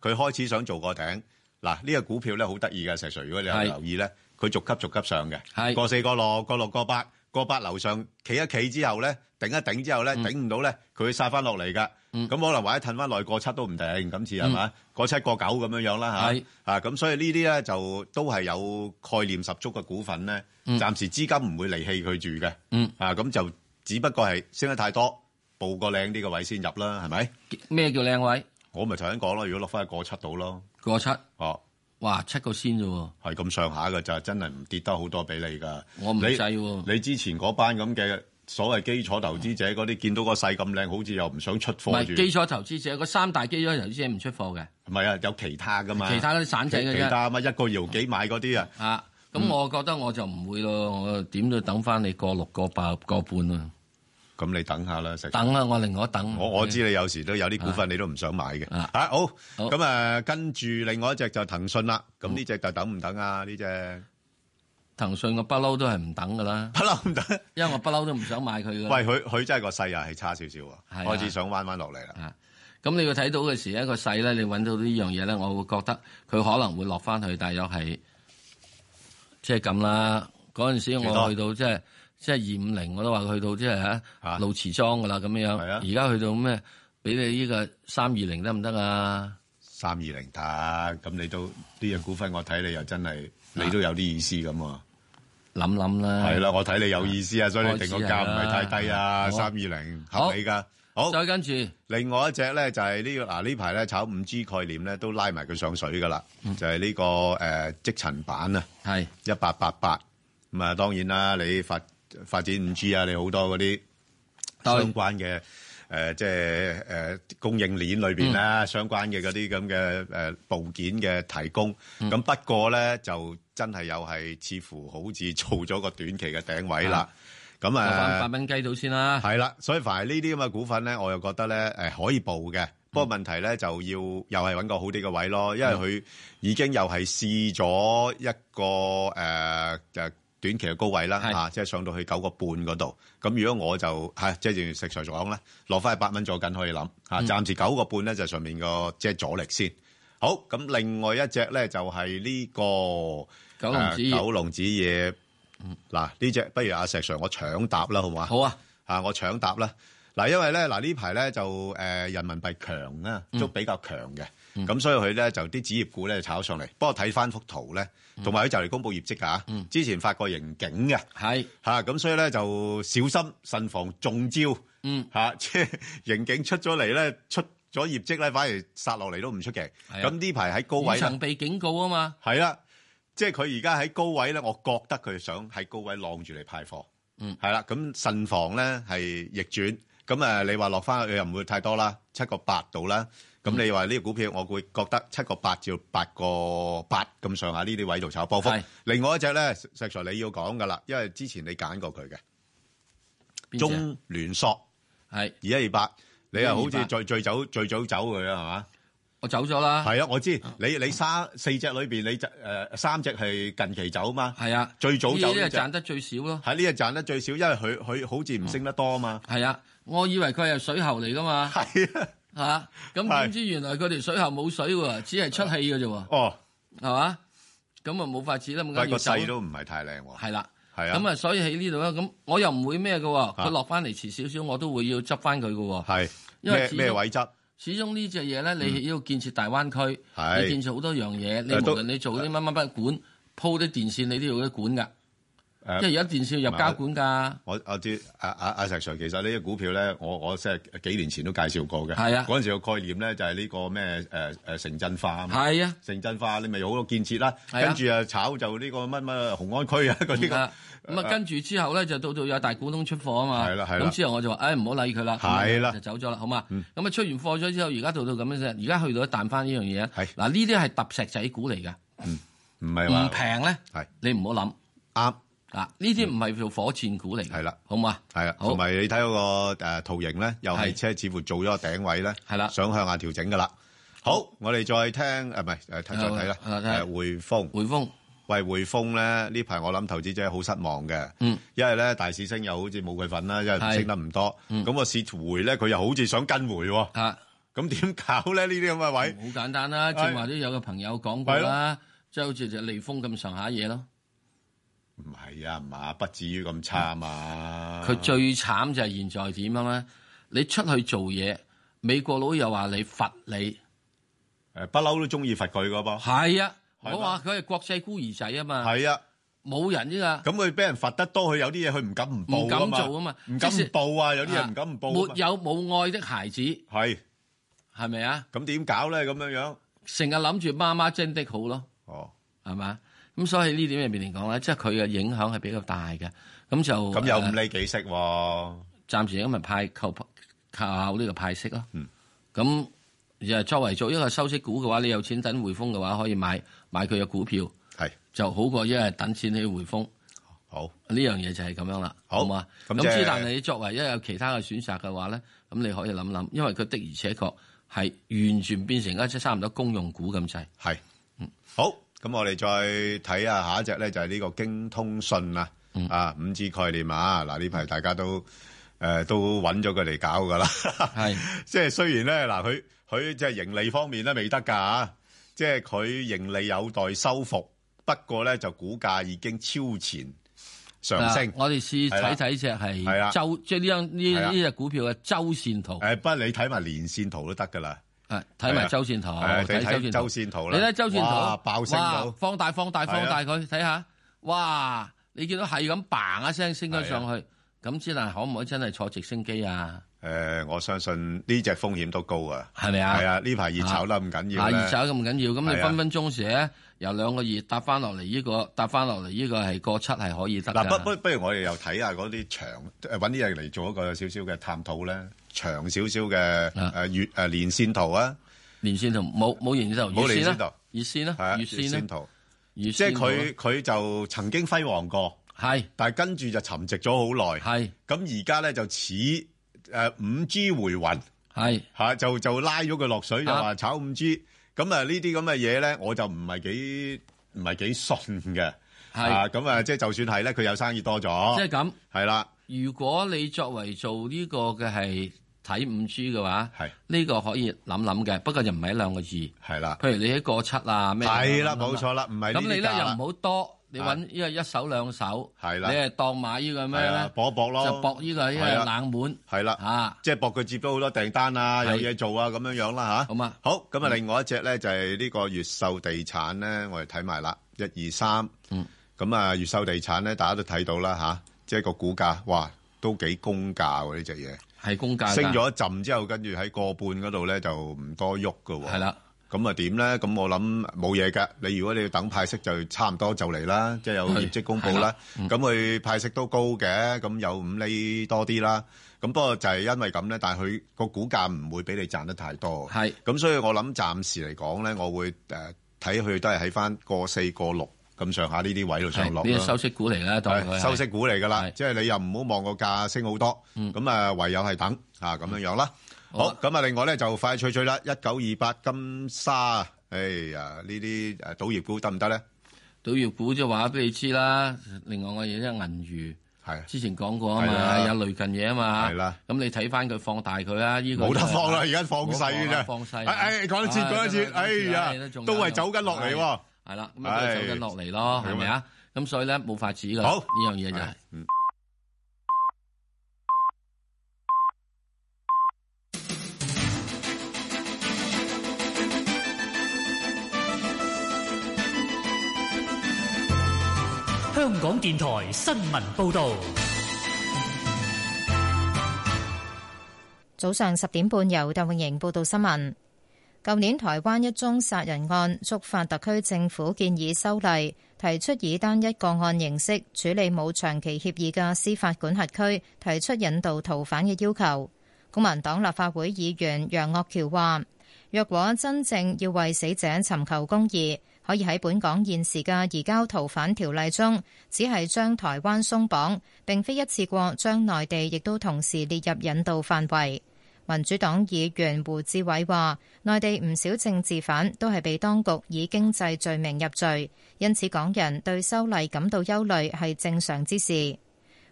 佢開始想做個頂。嗱，呢個股票咧好得意嘅，石 Sir，如果你有係留意咧，佢逐級逐級上嘅，係過四個六、個六個八、個八樓上企一企之後咧，頂一頂之後嗯咧，頂唔到咧，佢會殺翻落嚟㗎。咁可能或者褪翻內過七都唔定，今次係嘛？過七過九咁樣樣啦嗯係嚇。啊，咁所以呢啲咧就都係有概念十足嘅股份咧，暫時資金唔會離棄佢住嘅。嗯，啊，咁就只不過係升得太多，報個靚啲嘅位先入啦，係咪？咩叫靚位？我咪頭先講咯，如果落翻去過七度咯，過七哦，哇，七個先啫喎，係咁上下嘅咋，真係唔跌得好多俾你㗎。我唔你制喎。你之前嗰班咁嘅所謂基礎投資者嗰啲，見到個勢咁靚，好似又唔想出唔貨係住。基礎投資者，嗰三大基礎投資者唔出貨嘅。唔係啊，有其他噶嘛？其他嗰啲散仔嘅啫其其他乜一個搖幾買嗰啲啊？啊，咁我覺得我就唔會咯，我點都等翻你過六個八個半啊。咁你等下啦，石 Sir 等啦，我另外等。我我知你有時都有啲股份你都唔想買嘅。嗯啊啊好，咁啊跟住另外一隻就騰訊啦。咁呢隻就等唔等啊？呢隻騰訊我不嬲都係唔等噶啦，不嬲唔等，因為我不嬲都唔想買佢噶。喂，佢佢真係個勢啊，係差少少係喎，啊啊開始想彎彎落嚟啦。咁你要睇到嘅時一個勢咧，你揾到呢樣嘢咧，我會覺得佢可能會落翻去，大約係即係咁啦。嗰陣時幾多我去到即係即係二五零，我都話去到即係嚇路池莊噶啦咁樣。啊而家去到咩？俾你呢個三二零得唔得啊？三二零得，咁你都呢隻股份我睇你又真係你都有啲意思咁啊。啊諗諗啦。係啦，我睇你有意思啊，所以你開始定個價唔係太低啊，係三啦二零合理㗎。好，再跟住另外一隻咧就係呢個嗱呢排咧炒五 G 概念咧都拉埋佢上水㗎啦，就係呢個誒積塵板啊，嗯係一八八八咁啊，當然啦，你發發展五 G 啊，你好多嗰啲相關嘅。誒、即係誒、呃供應鏈裏邊嗯啦，相關嘅嗰啲咁嘅誒部件嘅提供。咁、嗯不過咧，就真係又係似乎好似做咗個短期嘅頂位啦。咁落啊返八啊，蚊雞到先啦。係啦、所以凡係呢啲咁嘅股份咧，我又覺得咧誒、可以報嘅。不過問題咧就要又係揾個好啲嘅嗯位咯，因為佢已經又係試咗一個誒誒、呃短期嘅高位啦，嚇，即係上到去九個半嗰度。咁如果我就係即係正如石 Sir 所講咧，落翻去八蚊左緊可以諗嚇。嗯暫時九個半咧就上面個即係阻力先。好，咁另外一隻咧就係呢個九龍紙業誒九龍紙業。嗯嗱呢只不如阿石 Sir 我搶答啦，好唔好啊？好啊，嚇我搶答啦。嗱，因為咧嗱呢排咧就誒人民幣強啊，嗯都比較強嘅。嗯咁所以佢咧就啲紙業股咧就炒上嚟。不過睇翻幅圖咧，嗯同埋佢就嚟公布業績㗎。之前發過盈警嘅，係嚇咁，所以咧就小心慎防中招。嗯嚇，即係 盈警出咗嚟咧，出咗業績咧，反而殺落嚟都唔出奇。啊咁呢排喺高位以呢曾被警告啊嘛，係啦，即係佢而家喺高位咧，我覺得佢想喺高位晾住嚟派貨。嗯係啦，咁慎防咧係逆轉。咁誒，你話落翻去佢又唔會太多啦，七個八度啦。咁你話呢個股票，我會覺得七個八至八個八咁上下呢啲位度炒波幅。另外一隻咧，石 Sir 你要講噶啦，因為之前你揀過佢嘅隻中聯塑係二一二八，你又好似2128最最早最早走佢啊，係嘛？我走咗啦。係啊，我知你你三四隻裏邊，你就誒三隻係近期走嘛。係啊，最早呢走啲係隻賺得最少咯。喺呢日賺得最少，因為佢佢好似唔升得多啊嘛。係啊，我以為佢係水喉嚟噶嘛。係啊，嚇咁點知原來佢哋水喉冇水喎，只係出氣嘅啫喎。哦，係嘛？咁啊冇法子啦，咁但係個緊要勢走都唔係太靚喎。係啦，係啊。咁啊，所以喺呢度啦，咁我又唔會咩嘅喎，啊佢落翻嚟遲少少，我都會要執翻佢嘅喎。係因為咩始終咩位執？嗯始終呢隻嘢咧，你要建設大灣區，係你建設好多樣嘢，你誒都無論你做啲乜乜乜管，鋪啲電線，你都要啲管㗎。誒因為而家電線要入膠管㗎。我我知阿阿阿石 Sir，其實呢隻股票咧，我我即係幾年前都介紹過嘅。係啊嗰陣時個概念咧就係呢個咩誒誒城鎮化啊嘛。係啊，城鎮化你咪有好多建設啦，係啊跟住啊炒就呢個乜乜紅安區啊嗰啲呃啊個咁啊，跟住之後咧就到到有大股東出貨啊嘛。係啦係啦咁之後我就話：，誒唔好理佢啦。係啦咁嗯就走咗啦，好嘛？咁啊出完貨咗之後，而家到到咁樣啫。而家去到一彈翻呢樣嘢。嗱，呢啲係揼石仔股嚟㗎。嗯唔係話唔平咧，係你唔好諗啱嗱，呢啲唔係做火箭股嚟，係啦，好嘛？係啊，好同埋你睇嗰個誒圖形咧，又係係車似乎做咗個頂位咧，係啦，想向下調整噶啦。好，我哋再聽誒唔係誒睇再睇啦，誒匯豐，匯豐，喂匯豐咧呢排我諗投資者好失望嘅，嗯，因為咧大市升又好似冇佢份啦，因為唔係升得唔多，咁個市回咧佢又好似想跟回喎，啊，咁點搞咧呢啲咁嘅位？好簡單啦，正話都有個朋友講過係啦，即係好似就利豐咁上下嘢咯。唔係啊，唔係不至於咁差嘛。佢最慘就係現在點樣咧？你出去做嘢，美國佬又話你罰你，誒不嬲都中意罰佢個噃，係啊，係我話佢係國際孤兒仔啊嘛，係啊，冇人呢咁佢俾人罰得多，佢有啲嘢佢唔敢唔個唔報敢㗎做啊嘛，唔敢唔即是報啊，有啲嘢唔敢唔報㗎嘛沒。有冇愛的孩子係係咪啊？咁點搞咧？咁樣樣成日諗住媽媽真的好咯。哦，係嘛？咁所以呢點入面嚟講咧，即係佢嘅影響係比較大嘅。咁就咁又呃五厘幾息喎？暫時因為派靠靠呢個派息咯。咁又作為做一個收息股嘅話，你有錢等匯豐嘅話，可以買買佢嘅股票，係就好過一係等錢去匯豐。好呢樣嘢就係咁樣啦，好好嘛？咁咁即係之但係你作為一有其他嘅選擇嘅話咧，咁你可以諗諗，因為佢的而且確係完全變成一隻差唔多公用股咁滯。嗯係，好，咁我哋再睇下下一隻咧，就係呢個京通訊啊，嗯啊五 G 概念啊，嗱呢排大家都誒都揾咗佢嚟搞噶啦，係， 即係雖然咧嗱，佢佢即係盈利方面咧未得㗎嚇，即係佢盈利有待修復，不過咧就股價已經超前上升啊。我哋試睇睇只係啦係周，即係呢張呢係啦呢只股票嘅周線圖。誒，不過你睇埋連線圖都得㗎啦。誒，睇埋周線圖，係你睇周周線線圖圖你啦睇周線哇圖，爆升到哇放大放大係放啊大佢，睇下，哇！你見到係咁嘭一聲升咗上啊去，咁之但係可唔可以真係坐直升機啊？誒、呃我相信呢只風險都高啊，係咪啊係啊，呢排熱炒得咁緊要啊，咧，熱炒得咁緊要，咁係你啊分分鐘時咧由兩個月搭翻落嚟呢個，搭翻落嚟呢個係過七係可以得㗎嗱，不不不如我哋又睇下嗰啲長誒揾啲嘢嚟做一個少少嘅探討咧，長少少嘅誒月誒連線圖啊，啊連線圖冇冇連線圖，冇連線圖圖，月線啦，啊月月線線啦圖，月即係線圖啦佢佢就曾經輝煌過，係，但係跟住就沉寂咗好耐，係，咁而家咧就似誒五 G 回魂，係嚇就就拉咗佢落水，就啊話炒五 G，咁啊呢啲咁嘅嘢咧，我就唔係幾唔係幾信嘅。啊，咁啊，即係就算係咧，佢有生意多咗。即係咁。係啦。如果你作為做呢個嘅係睇五 G 嘅話，呢個可以諗諗嘅，不過就唔係一兩個字。係啦。譬如你喺過七啊咩？係啦，冇錯啦，唔係呢咁你咧啲價又啦唔好多，你揾呢個一手兩手，係你啦係當買呢個咩係咧啊？搏一搏咯就搏呢個呢係個啊冷門。係啦，即係博佢接到好多訂單啊，有係嘢做啊，咁樣樣啦吓，好嘛，嗯好咁啊，另外一隻咧就係呢個越秀地產咧，我哋睇埋啦，一二三，嗯，咁啊，越秀地產咧，大家都睇到啦吓，即係個股價，哇，都幾公價喎呢只嘢，係公價㗎升咗一陣之後，跟住喺個半嗰度咧就唔多喐噶喎，係啦。咁啊點咧？咁我諗冇嘢㗎。你如果你要等派息就差唔多就嚟啦，即係有係業績公佈啦。咁佢派息都高嘅，咁有五厘多啲啦。咁不過就係因為咁咧，但係佢個股價唔會俾你賺得太多。係。咁所以我諗暫時嚟講咧，我會誒睇佢都係喺翻個四個六咁上下呢啲位度上落係呢啦。啲收息股嚟啦當佢係係收息股嚟㗎啦，即係你又唔好望個價升好多。咁啊，唯有係等啊咁樣樣啦。好，咁啊，另外咧就快脆脆啦，一九二八金沙，哎呀，呢啲誒賭業股得唔得咧？賭業股即係話俾你知啦。另外我嘢即係銀娛，係之前講過啊係嘛，啊有類近嘢啊嘛。係啦，咁你睇翻佢放大佢啦，呢個冇得放啦啊而家放細嘅啫冇得放細啦。哎哎講得切啊講講得得切切哎呀哎仲都係有走緊落嚟喎係啦，咁啊都係唉走緊落嚟咯，係咪啊？咁所以咧冇法子㗎啦。好嗯呢樣嘢就係。香港電台新聞報道，早上十點半，由鄧永盈報道新聞。舊年台灣一宗殺人案，觸發特區政府建議修例，提出以單一個案形式處理冇長期協議嘅司法管轄區，提出引渡逃犯嘅要求。公民黨立法會議員楊岳橋話：若果真正要為死者尋求公義，可以喺本港現時嘅移交逃犯條例中，只係將台灣鬆綁，並非一次過將內地亦都同時列入引渡範圍。民主黨議員胡志偉話：內地唔少政治犯都係被當局以經濟罪名入罪，因此港人對修例感到憂慮係正常之事。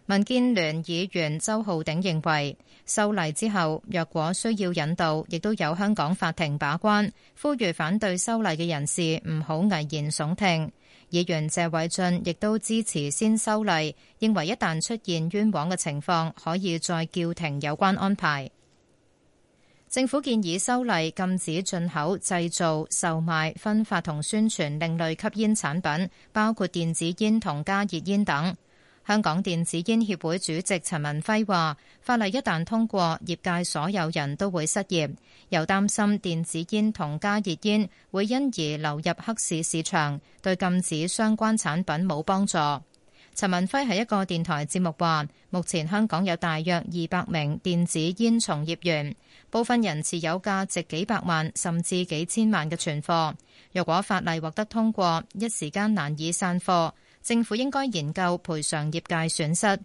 民建聯議員周浩鼎認為，修例之後若果需要引渡，亦都有香港法庭把關，呼籲反對修例嘅人士唔好危言聳聽。議員謝偉俊亦都支持先修例，認為一旦出現冤枉嘅情況，可以再叫停有關安排。政府建議修例禁止進口、製造、售賣、分發同宣傳另類吸煙產品，包括電子煙同加熱煙等。香港電子煙協會主席陳文輝話：法例一旦通過，業界所有人都會失業，又擔心電子煙同加熱煙會因而流入黑市市場，對禁止相關產品冇幫助。陳文輝喺一個電台節目話：目前香港有大約二百名電子煙從業員，部分人持有價值幾百萬甚至幾千萬嘅存貨。若果法例獲得通過，一時間難以散貨，政府應該研究賠償業界損失。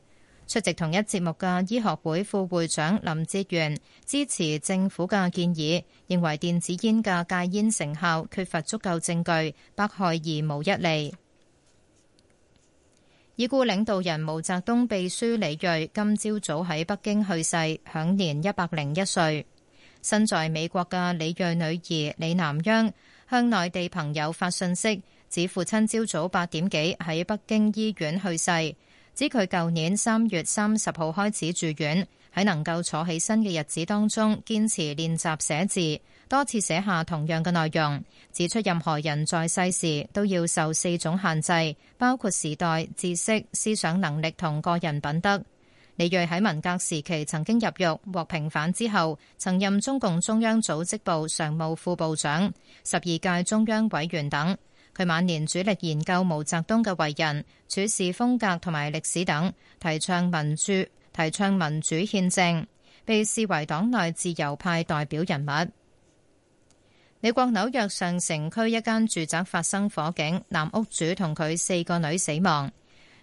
出席同一節目嘅醫學會副會長林哲源支持政府嘅建議，認為電子煙嘅戒煙成效缺乏足夠證據，百害而無一利。已故領導人毛澤東秘書李鋭今朝早喺北京去世，享年一百零一歲。身在美國嘅李鋭女兒李南央向內地朋友發信息，指父親朝早八點幾喺北京醫院去世，指佢舊年三月三十號開始住院，喺能夠坐起身嘅日子當中，堅持練習寫字，多次寫下同樣嘅內容。指出任何人在世時都要受四種限制，包括時代、知識、思想能力同個人品德。李鋭喺文革時期曾經入獄，獲平反之後，曾任中共中央組織部常務副部長、十二屆中央委員等。佢晚年主力研究毛澤東嘅為人、處事風格同埋歷史等，提倡民主，提倡民主憲政，被視為黨內自由派代表人物。美國紐約上城區一間住宅發生火警，男屋主同佢四個女死亡，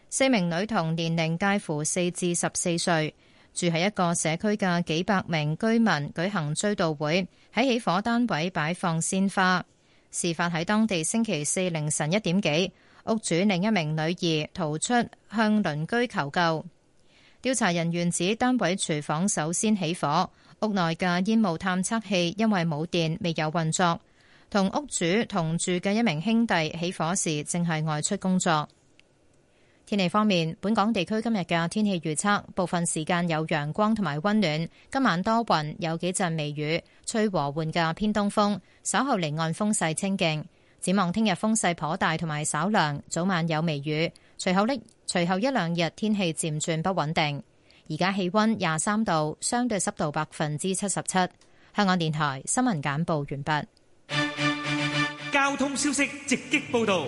四名女童年齡介乎四至十四歲，住喺一個社區嘅幾百名居民舉行追悼會，喺起火單位擺放鮮花。事發喺當地星期四凌晨一點幾，屋主另一名女兒逃出向鄰居求救。調查人員指單位廚房首先起火，屋內嘅煙霧探測器因為冇電未有運作，同屋主同住嘅一名兄弟起火時正係外出工作。天氣方面，本港地區今日嘅天氣預測，部分時間有陽光同埋溫暖。今晚多雲，有幾陣微雨，吹和緩嘅偏東風。稍後離岸風勢清勁。展望聽日風勢頗大同埋稍涼，早晚有微雨。隨後呢，隨後一兩日天氣漸轉不穩定。而家氣溫廿三度，相對濕度百分之七十七。香港電台新聞簡報完畢。交通消息直擊報道。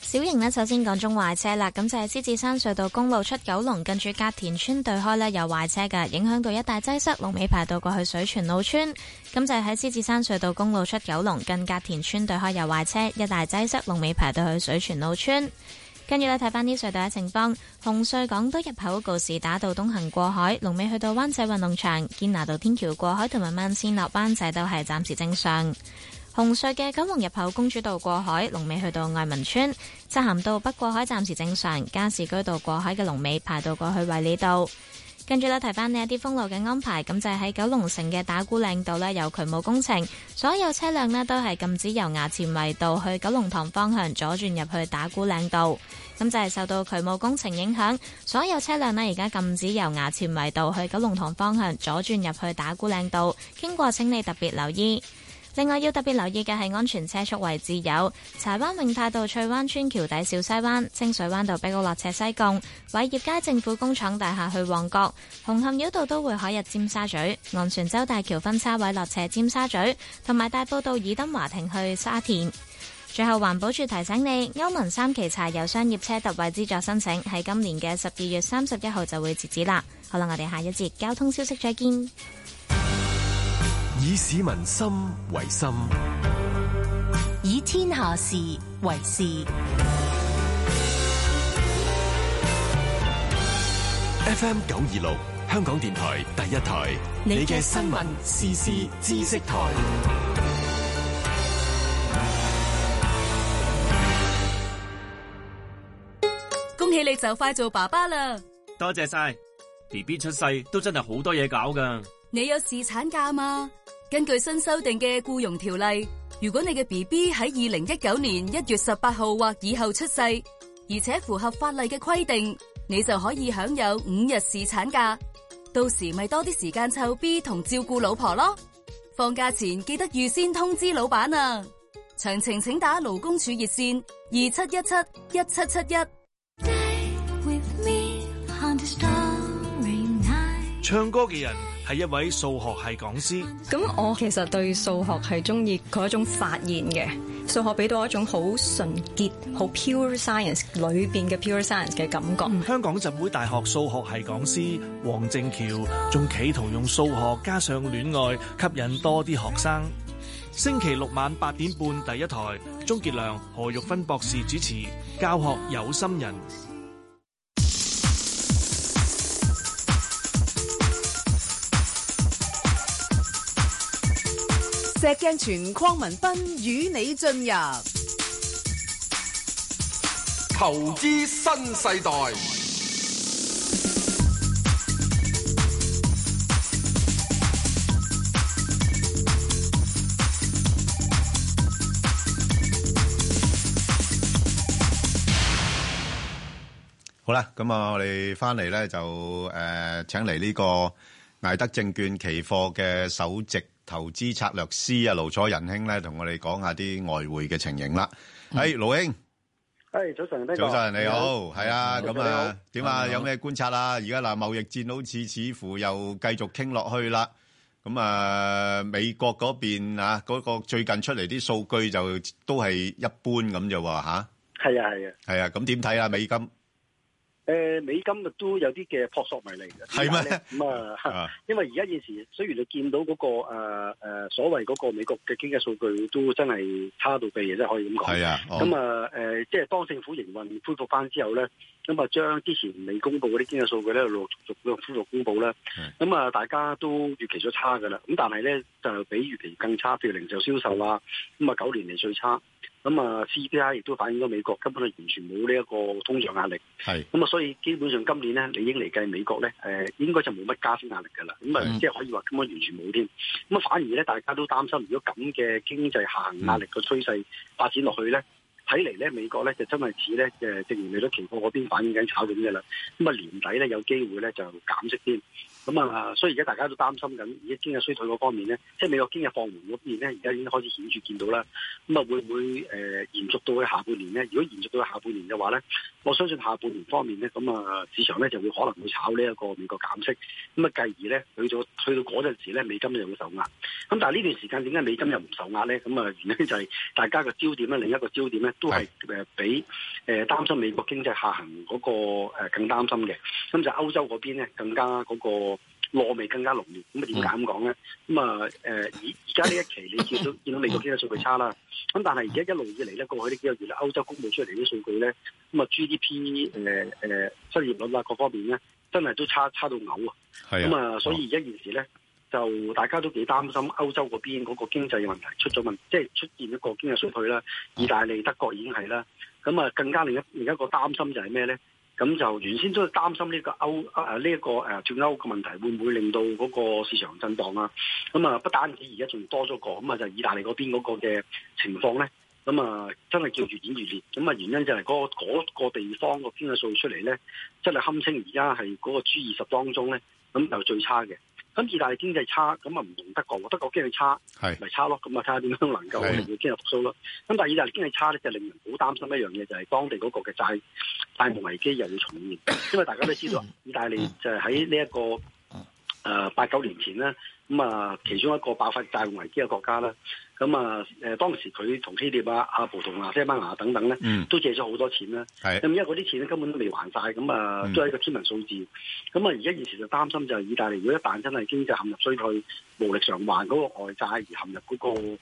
小瑩呢，首先講中壞車啦，咁就係獅子山隧道公路出九龍近住隔田村對開呢，有壞車嘅，影響到一帶擠塞，龍尾排到過去水泉澳村。咁就係喺獅子山隧道公路出九龍近隔田村對開有壞車，一帶擠塞，龍尾排到去水泉澳村。跟住呢，睇翻啲隧道嘅情況，紅隧港島入口告士打道東行過海，龍尾去到灣仔運動場；堅拿道天橋過海同埋慢線落灣仔都係暫時正常。紅隧嘅九龍入口公主道過海，龍尾去到愛民村；漆咸道北過海暫時正常，加士居道過海嘅龍尾排到過去衛理道。跟住咧，提翻呢一啲封路嘅安排，咁就係喺九龍城嘅打鼓嶺道呢，有渠務工程，所有車輛呢都係禁止由衙前圍道去九龍塘方向左轉入去打鼓嶺道。咁就係受到渠務工程影響，所有車輛呢而家禁止由衙前圍道去九龍塘方向左轉入去打鼓嶺道，經過請你特別留意。另外要特別留意嘅係安全車速位置有柴灣永泰道翠灣村橋底、小西灣、清水灣道碧高落斜西貢、偉業街政府工廠大廈去旺角、紅磡繞道都會海入尖沙咀、昂船洲大橋分叉位落斜尖沙咀，同埋大埔道爾登華庭去沙田。最後環保署提醒你，歐盟三期柴油商業車特惠資助申請喺今年嘅十二月三十一號就會截止啦。好啦，我哋下一節交通消息再見。以市民心為心，以天下事為事。 FM 九二六，香港電台第一台，你嘅新聞、時事、知識台。恭喜你就快做爸爸啦！多謝晒，BB 出世都真係好多嘢搞噶。你有侍產假嘛？根據新修訂嘅僱傭條例，如果你嘅 BB 喺二零一九年一月十八號或以後出世，而且符合法例嘅規定，你就可以享有五日侍產假。到時咪多啲時間湊 B 同照顧老婆咯。放假前記得預先通知老闆啊！詳情請打勞工處熱線二七一七一七七一。唱歌嘅人。係一位數學系講師。咁我其實對數學係中意佢一種發現嘅數學，俾到一種好純潔、好 pure science 裏邊嘅 pure science 嘅感覺。嗯、香港浸會大學數學系講師黃正橋仲企圖用數學加上戀愛吸引多啲學生。星期六晚八點半第一台，鍾傑良、何玉芬博士主持《教學有心人》。石鏡泉鄺民彬與你進入投資新世代。好啦，咁啊，我哋翻嚟咧就誒、呃，請嚟呢個艾德證券期貨嘅首席。投資策略師啊，盧楚仁兄咧，同我哋講下啲外匯嘅情形啦。係盧兄，係早晨，早晨你好，係啊，咁啊點啊？有咩觀察啊？而家嗱，貿易戰好似似乎又繼續傾落去啦。咁啊，美國嗰邊啊，嗰個最近出嚟啲數據就都係一般咁啫喎嚇。係啊，係啊，係啊，咁點睇啊？美金？誒美金啊都有啲嘅撲朔迷離嘅，係咩？咁啊，因為而家現時雖然你見到嗰個誒誒所謂嗰個美國嘅經濟數據都真係差到痹嘅，真係可以咁講。係啊，咁啊誒，即係當政府營運恢復翻之後咧，咁啊將之前未公布嗰啲經濟數據咧，陸陸續續恢復公佈啦。咁啊，大家都預期咗差㗎啦。咁但係咧就比預期更差，譬如零售銷售啊，咁啊九年嚟最差。咁啊 CPI 亦都反映咗美國根本係完全冇呢一個通脹壓力。係咁啊，所以基本上今年咧，理應嚟計美國咧，誒、呃、應該就冇乜加息壓力㗎啦。咁啊嗯，即係可以話根本完全冇添。咁啊，反而咧，大家都擔心，如果咁嘅經濟下行壓力嘅趨勢發展落去咧，睇嚟咧，美國咧就真係似咧誒，正如利率期貨嗰邊反映緊炒緊嘅啦。咁啊，年底咧有機會咧就減息添。咁啊，所以而家大家都擔心緊，而家經濟衰退嗰方面咧，即係美國經濟放緩嗰邊咧，而家已經開始顯著見到啦。咁啊，會唔會誒、呃延續到去下半年咧？如果延續到去下半年嘅話咧，我相信下半年方面咧，咁啊市場咧就會可能會炒呢一個美國減息，咁啊繼而咧去到去到嗰陣時咧，美金就會受壓。咁但係呢段時間點解美金又唔受壓咧？咁啊原因就係大家嘅焦點咧，另一個焦點咧都係呃誒比誒擔心美國經濟下行嗰、個、呃、更擔心嘅。咁就歐洲嗰邊咧更加嗰、個。落味更加濃烈，咁啊點解咁講咧？咁啊誒，而而家呢一期你見到見到美國經濟數據差啦，咁但係而家一路以嚟咧，過去呢幾個月咧，歐洲公佈出嚟啲數據咧，咁啊 GDP 誒、誒、失業率啊各方面咧，真係都差差到嘔啊！係啊咁啊，所以而家件事咧，就大家都幾擔心歐洲嗰邊嗰個經濟問題出咗問，即係出現一個經濟衰退啦。意大利、德國已經係啦，咁啊更加另一另一個擔心就係咩咧？咁就原先都擔心呢個歐啊呢一個誒脱歐嘅問題會唔會令到嗰個市場震盪啊？咁啊不單止而家仲多咗個，咁啊就意大利嗰邊嗰個嘅情況咧，咁啊真係叫越演越烈。咁啊原因就係嗰、嗰個地方個經濟數出嚟咧，真係堪稱而家係嗰個 G 二十當中咧，咁就最差嘅。咁意大利經濟差，咁啊唔同德國喎，德國經濟差，係咪差咯？咁啊睇下點樣能夠我哋會經濟復甦咯。咁但係意大利經濟差咧，就令人好擔心一樣嘢，就係、當地嗰個嘅債債務危機又要重現，因為大家都知道，啊意大利就係喺呢一個誒呃八九年前咧，咁啊其中一個爆發債務危機嘅國家啦，咁啊誒當時佢同希臘啊、啊葡萄牙、西班牙等等咧嗯，都借咗好多錢啦。係咁因為嗰啲錢咧根本都未還晒，咁啊嗯都係一個天文數字。咁啊而家現時就擔心就係意大利，如果一旦真係經濟陷入衰退，無力償還嗰個外債而陷入嗰、個誒、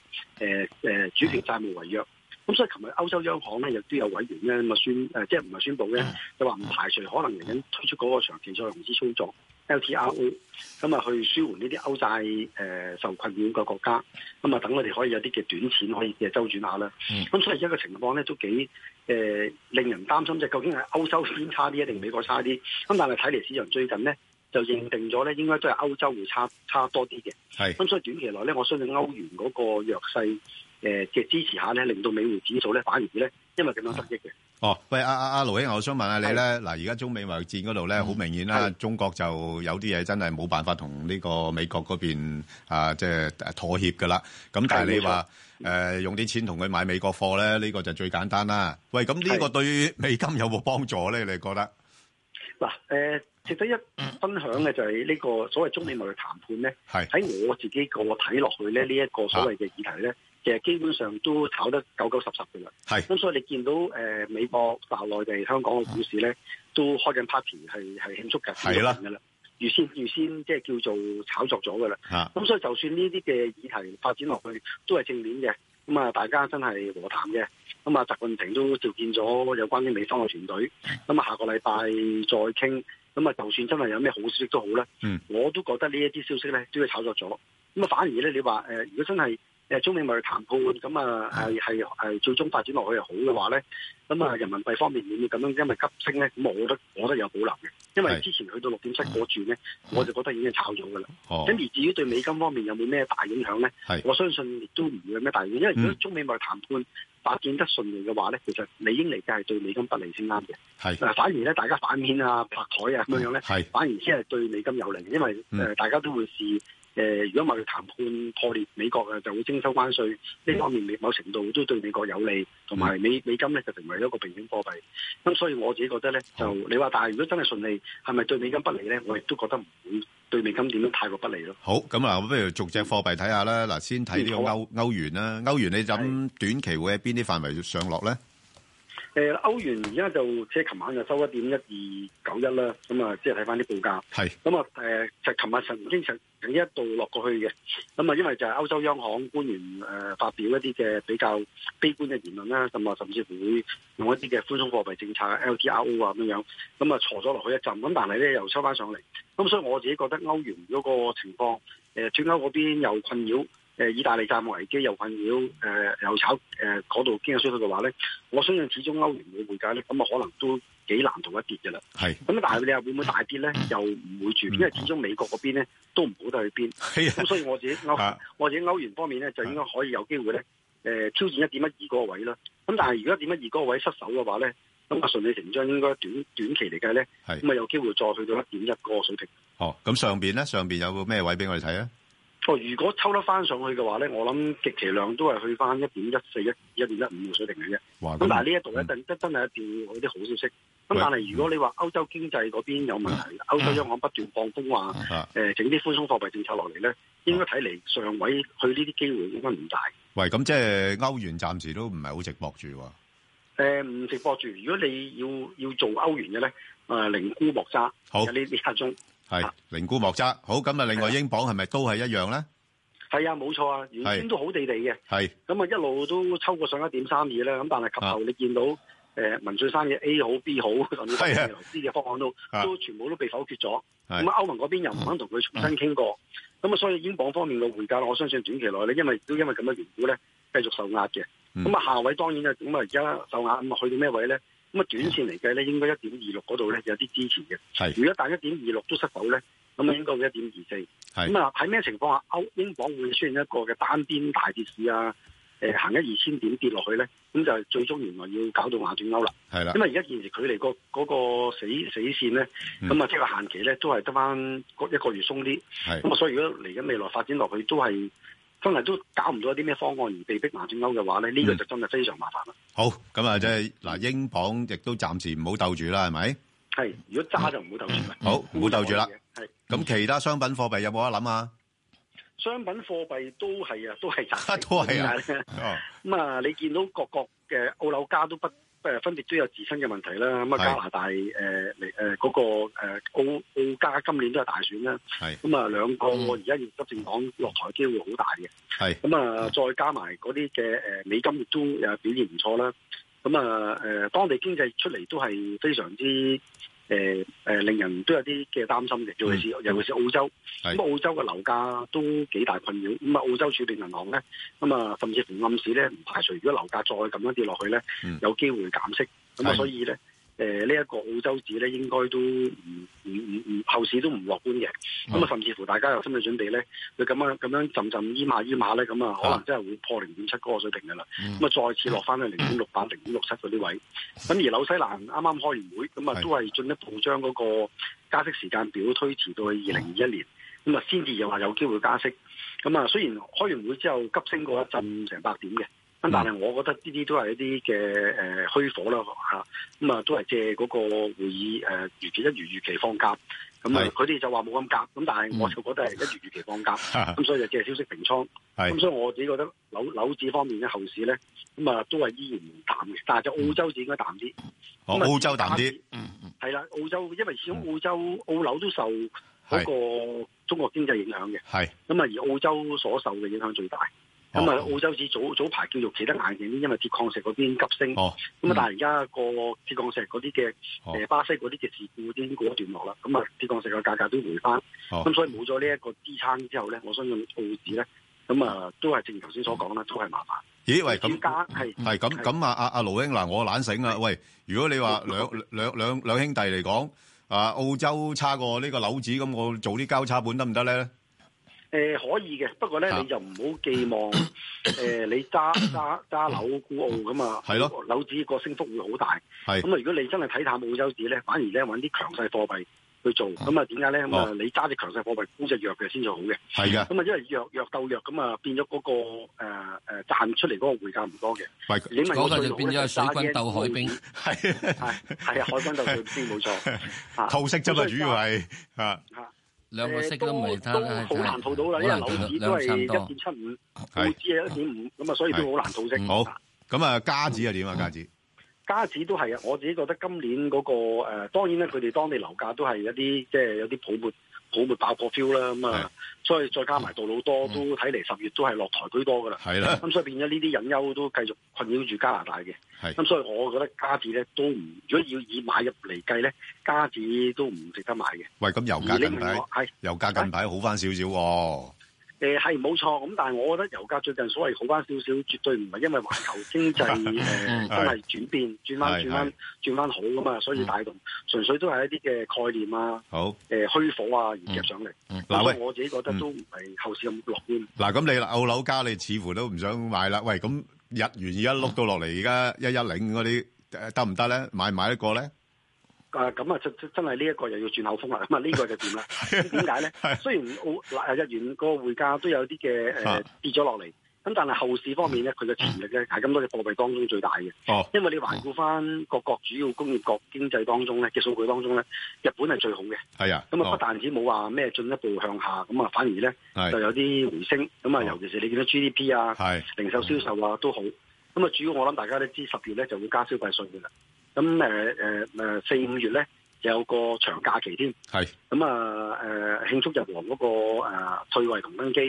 呃呃主權債務違約。咁所以琴日歐洲央行咧亦都有委員咧咁啊宣誒、呃即係唔係宣布咧，就話唔排除可能嚟緊推出嗰個長期再融資操作 LTRO，咁啊去舒緩呢啲歐債誒、呃受困擾嘅國家，咁啊等我哋可以有啲嘅短錢可以嘅周轉下啦。咁、所以而家嘅情況咧都幾誒、呃令人擔心，就究竟係歐洲先差啲，一定美國差啲？咁但係睇嚟市場最近咧就認定咗咧，應該都係歐洲會差差多啲嘅。係咁所以短期內咧，我相信歐元嗰個弱勢誒嘅支持下咧，令到美匯指數咧反而咧，因為咁樣得益嘅。哦，喂，阿阿阿盧兄，我想問下你咧，嗱，而家中美貿易戰嗰嗯度咧，好明顯啦，中國就有啲嘢真係冇辦法同呢個美國嗰邊啊，即係妥協噶啦。咁但係你話誒用啲錢同佢買美國貨咧，呢個就最簡單啦。喂，咁呢個對 美金有冇幫助咧？你覺得？嗱，誒、值得一嗯分享嘅就係呢個所謂中美貿易談判咧，係喺我自己個睇落去咧，呢、一個所謂嘅議題咧，其實基本上都炒得九九十十嘅啦。係咁，所以你見到誒、呃美國、大內地、香港嘅股市咧，都開緊 party 係係慶祝緊嗯係啦嘅啦。預先預先即係叫做炒作咗嘅啦。啊咁所以就算呢啲嘅議題發展落去，都係正面嘅。咁啊，大家真係和談嘅。咁啊，習近平都召見咗有關於美方嘅團隊。咁啊，下個禮拜再傾。咁啊，就算真係有咩好消息都好咧，嗯我都覺得呢一啲消息咧都要炒作咗。咁啊，反而咧，你話誒、呃如果真係誒中美貿易談判咁啊，係係係最終發展落去係好嘅話咧，咁嗯啊，人民幣方面會唔會咁樣因為急升咧？咁我覺得我覺得有保留嘅，因為係嗯之前去到六點七嗰轉咧，我就覺得已經炒咗㗎啦。哦咁而至於對美金方面有冇咩大影響咧係？我相信亦都唔會有咩大影響，因為如果嗯中美貿易談判發展得順利嘅話咧，其實理應嚟計係對美金不利先啱嘅。係嗱，反而咧大家反面啊、拍台啊咁樣樣咧係，反而先係對美金有利，因為誒、嗯呃大家都會試誒、呃如果貿易談判破裂，美國啊就會徵收關税，呢方面某程度都對美國有利，同埋嗯美美金咧就成為一個避險貨幣。咁所以我自己覺得嗯咧，就你話，但係如果真係順利，係咪對美金不利咧？我亦都覺得唔會對美金點樣太過不利咯。好，咁啊，不如逐隻貨幣睇下啦。嗱，先睇呢嗯個好啊歐歐元啦。歐元你諗短期會喺邊啲範圍上落咧？誒、歐元而家就即係琴晚就收一點一二九一啦，咁啊即係睇翻啲報價。係咁啊誒，就琴日曾經曾曾經一度落過去嘅，咁啊因為就係歐洲央行官員誒、呃、發表一啲嘅比較悲觀嘅言論啦，咁啊甚至乎會用一啲嘅寬鬆貨幣政策 LTRO 啊咁樣，咁啊挫咗落去一陣，咁但係咧又收啊呃翻上嚟，咁所以我自己覺得歐元嗰個情況誒，脱歐嗰邊又困擾。誒、誒意大利債務危機又困擾誒、呃、又炒誒嗰度經濟衰退嘅話咧，我相信始終歐元嘅匯價咧，咁啊可能都幾難同一跌嘅啦。係。咁但係你話會唔會大跌咧？又唔會住，因為始終美國嗰邊咧都唔好得去邊。係啊咁所以我自己歐我自己歐元方面咧，就應該可以有機會咧誒、呃、挑戰一點一二嗰個位啦。咁但係如果一點一二嗰個位失手嘅話咧，咁啊順理成章應該短短期嚟計咧，咁啊有機會再去到一點一個水平。哦，咁上邊咧，上邊有個咩位俾我哋睇啊？哦，如果抽得翻上去嘅話咧，我諗極其量都係去翻一點一四、一一點一五嘅水平嘅啫。哇！咁但係呢一度咧，真真真係一定要有啲好消息。咁但係如果你話歐洲經濟嗰邊有問題，歐洲央行不斷放風話，嗯誒、呃、整啲寬鬆貨幣政策落嚟咧，應該睇嚟上位去呢啲機會應該唔大。喂，咁即係歐元暫時都唔係好值博住喎。誒呃唔值博住，如果你要要做歐元嘅咧，誒、呃、寧沽莫揸。好，呢呢刻鐘。係寧沽莫揸，好咁啊！另外英鎊係咪都係一樣咧？係啊，冇錯啊，原先都好地地嘅。係咁啊，一路都抽過上一點三二啦。咁但係及啊後你見到誒文翠珊嘅 A 好 B 好，甚至啊係俄羅斯嘅方案都都全部都被否決咗。咁啊，歐盟嗰邊又唔肯同佢重新傾過。嗯咁啊，所以英鎊方面嘅匯價，我相信短期內咧，因為都因為咁嘅緣故咧，繼續受壓嘅。嗯咁啊，下位當然啊，咁啊而家受壓，咁啊去到咩位咧？咁啊，短線嚟計咧，應該一點二六嗰度咧有啲支持嘅。係，如果但一點二六都失手咧，咁啊應該會一點二四。係，咁啊喺咩情況下歐英鎊會出現一個嘅單邊大跌市啊？誒行一二千點跌落去咧，咁就最終原來要搞到硬斷歐啦。係啦，因為而家現時距離個嗰個死死線咧，嗯咁啊即係限期咧都係得翻一個月鬆啲。係，咁啊所以如果嚟緊未來發展落去都係。真係都搞唔到一啲咩方案而被逼硬脫歐嘅話咧，呢、這個就真係非常麻煩啦、嗯。好，咁啊、就是，即係嗱，英鎊亦都暫時唔好鬥住啦，係咪？係，如果揸就唔好鬥住啦。好，唔好鬥住啦。係。咁其他商品貨幣有冇得諗啊？商品貨幣都係啊，都 係賺。都係啊。咁啊，你見到各國嘅澳紐加都不誒分別都有自身嘅問題啦。咁啊，加拿大誒嚟誒嗰個澳澳加今年都係大選啦。係嗯咁啊，兩個而家現執政黨落台機會好大嘅。係嗯咁啊，再加埋嗰啲嘅誒美金亦都誒表現唔錯啦。咁啊誒，當地經濟出嚟都係非常之誒誒，呃令人都有啲嘅擔心嘅。尤其是尤其是澳洲，咁澳洲嘅樓價都幾大困擾。咁啊，澳洲儲備銀行咧，咁啊，甚至乎暗示咧，唔排除如果樓價再咁樣跌落去咧，有機會減息。咁啊，所以咧。誒呢一個澳洲紙咧，應該都唔唔唔唔後市都唔樂觀嘅。咁啊，甚至乎大家有心理準備咧，佢咁樣咁樣浸浸依下依下咧，咁啊，可能真係會破零點七嗰個水平㗎啦。咁啊，再次落翻去零點六八、零點六七嗰啲位。咁而紐西蘭啱啱開完會，咁啊都係進一步將嗰個加息時間表推遲到去二零二一年，咁啊先至又話有機會加息。咁啊，雖然開完會之後急升過一陣成百點嘅。咁嗯但係，我覺得呢啲都係一啲嘅誒呃虛火啦嚇，咁啊都係借嗰個會議誒如期一如預期放鴿，咁啊佢哋就話冇咁鴿，咁但係我就覺得係一如預期放 鴿，咁所以就借消息平倉，咁所以我自己覺得樓樓市方面嘅後市咧，咁啊都係依然淡嘅，但係就澳洲市應該淡啲，啊哦澳洲淡啲，係啦，澳洲因為始嗯終澳洲澳樓都受嗰個中國經濟影響嘅，係咁啊而澳洲所受嘅影響最大。哦咁啊，澳洲市早早排叫做企得硬淨啲，因為鐵礦石嗰邊急升。哦，咁啊，但係而家個鐵礦石嗰啲嘅誒巴西嗰啲嘅事故已經過一段落啦。咁啊，鐵礦石個價格都回翻。哦，咁所以冇咗呢一個支撐之後咧，我相信澳紙咧，咁啊都係正如頭先所講啦，都係麻煩。咦？喂，咁加係係咁咁啊！阿阿盧英嗱，我懶醒啦。喂，如果你話兩兩兩兩兄弟嚟講，啊澳洲差過呢個樓指，咁我做啲交叉盤得唔得咧？誒、呃、可以嘅，不啊過咧你就唔好寄 望誒、呃、你揸揸揸樓沽澳咁啊，係咯，樓指個升幅會好大。係咁啊，如果你真係睇淡澳洲指咧，反而咧揾啲強勢貨幣去做。咁啊點解咧？咁啊、哦、你揸隻強勢貨幣沽隻弱嘅先最好嘅。係嘅。咁啊因為弱弱鬥弱咁啊變咗嗰、那個誒誒、呃、賺出嚟嗰個匯價唔多嘅。喂，你問嗰個就變咗水軍鬥海 兵，係係啊，海軍鬥水兵冇 錯。套息啫嘛，主要係啊。兩個息都唔係都好難套到啦，因為樓指都係一點七五，澳紙係一點五，咁啊，所以都好難套息。嗯好，咁啊，加紙又點啊？加紙，加紙都係啊！我自己覺得今年嗰個誒，當然咧，佢哋當地樓價都係一啲即係有啲泡沫泡沫爆破 feel 啦，咁啊，所以再加埋杜魯多都睇嚟十月都係落台居多噶啦。係嗯啦，咁所以變咗呢啲隱憂都繼續困擾住加拿大嘅。係，咁所以我覺得加紙咧都唔，如果要以買入嚟計咧，加紙都唔值得買嘅。喂，咁油價近排，油價近排好翻少少喎。誒呃係冇錯，咁但係我覺得油價最近所謂好翻少少，絕對唔係因為環球經濟 誒、嗯呃真係轉變轉翻轉翻轉翻好噶嘛，所以嗯帶動純粹都係一啲嘅概念啊，好誒、呃、虛火啊而夾上嚟。嗯嗱所喂以我自己覺得都唔係後市咁樂觀。嗱，咁你澳樓價你似乎都唔想買啦。喂，咁日元而家碌到落嚟，而家一一零嗰啲誒得唔得咧？買唔買得過咧？啊，咁啊，真真真係呢一個又要轉口風啦。咁啊，呢個就掂 啦。啊咁點解咧？雖然澳嗱日元個匯價都有啲嘅啊誒跌咗落嚟，咁但係後市方面咧，佢嘅潛力咧係咁多隻貨幣當中最大嘅。嗯哦，因為你環顧翻各國主要工業國經濟當中咧嘅數據當中咧，日本係最好嘅。係啊，咁啊，不但止冇話咩進一步向下，咁啊反而咧係哦就有啲回升。咁啊，尤其是你見到 GDP 啊、係零售銷售啊都好。咁啊，主要我諗大家都知十月咧就會加消費稅嘅啦。咁誒誒誒四五月咧就有個長假期添。係咁啊誒慶祝日皇嗰、個、呃、退位同登基。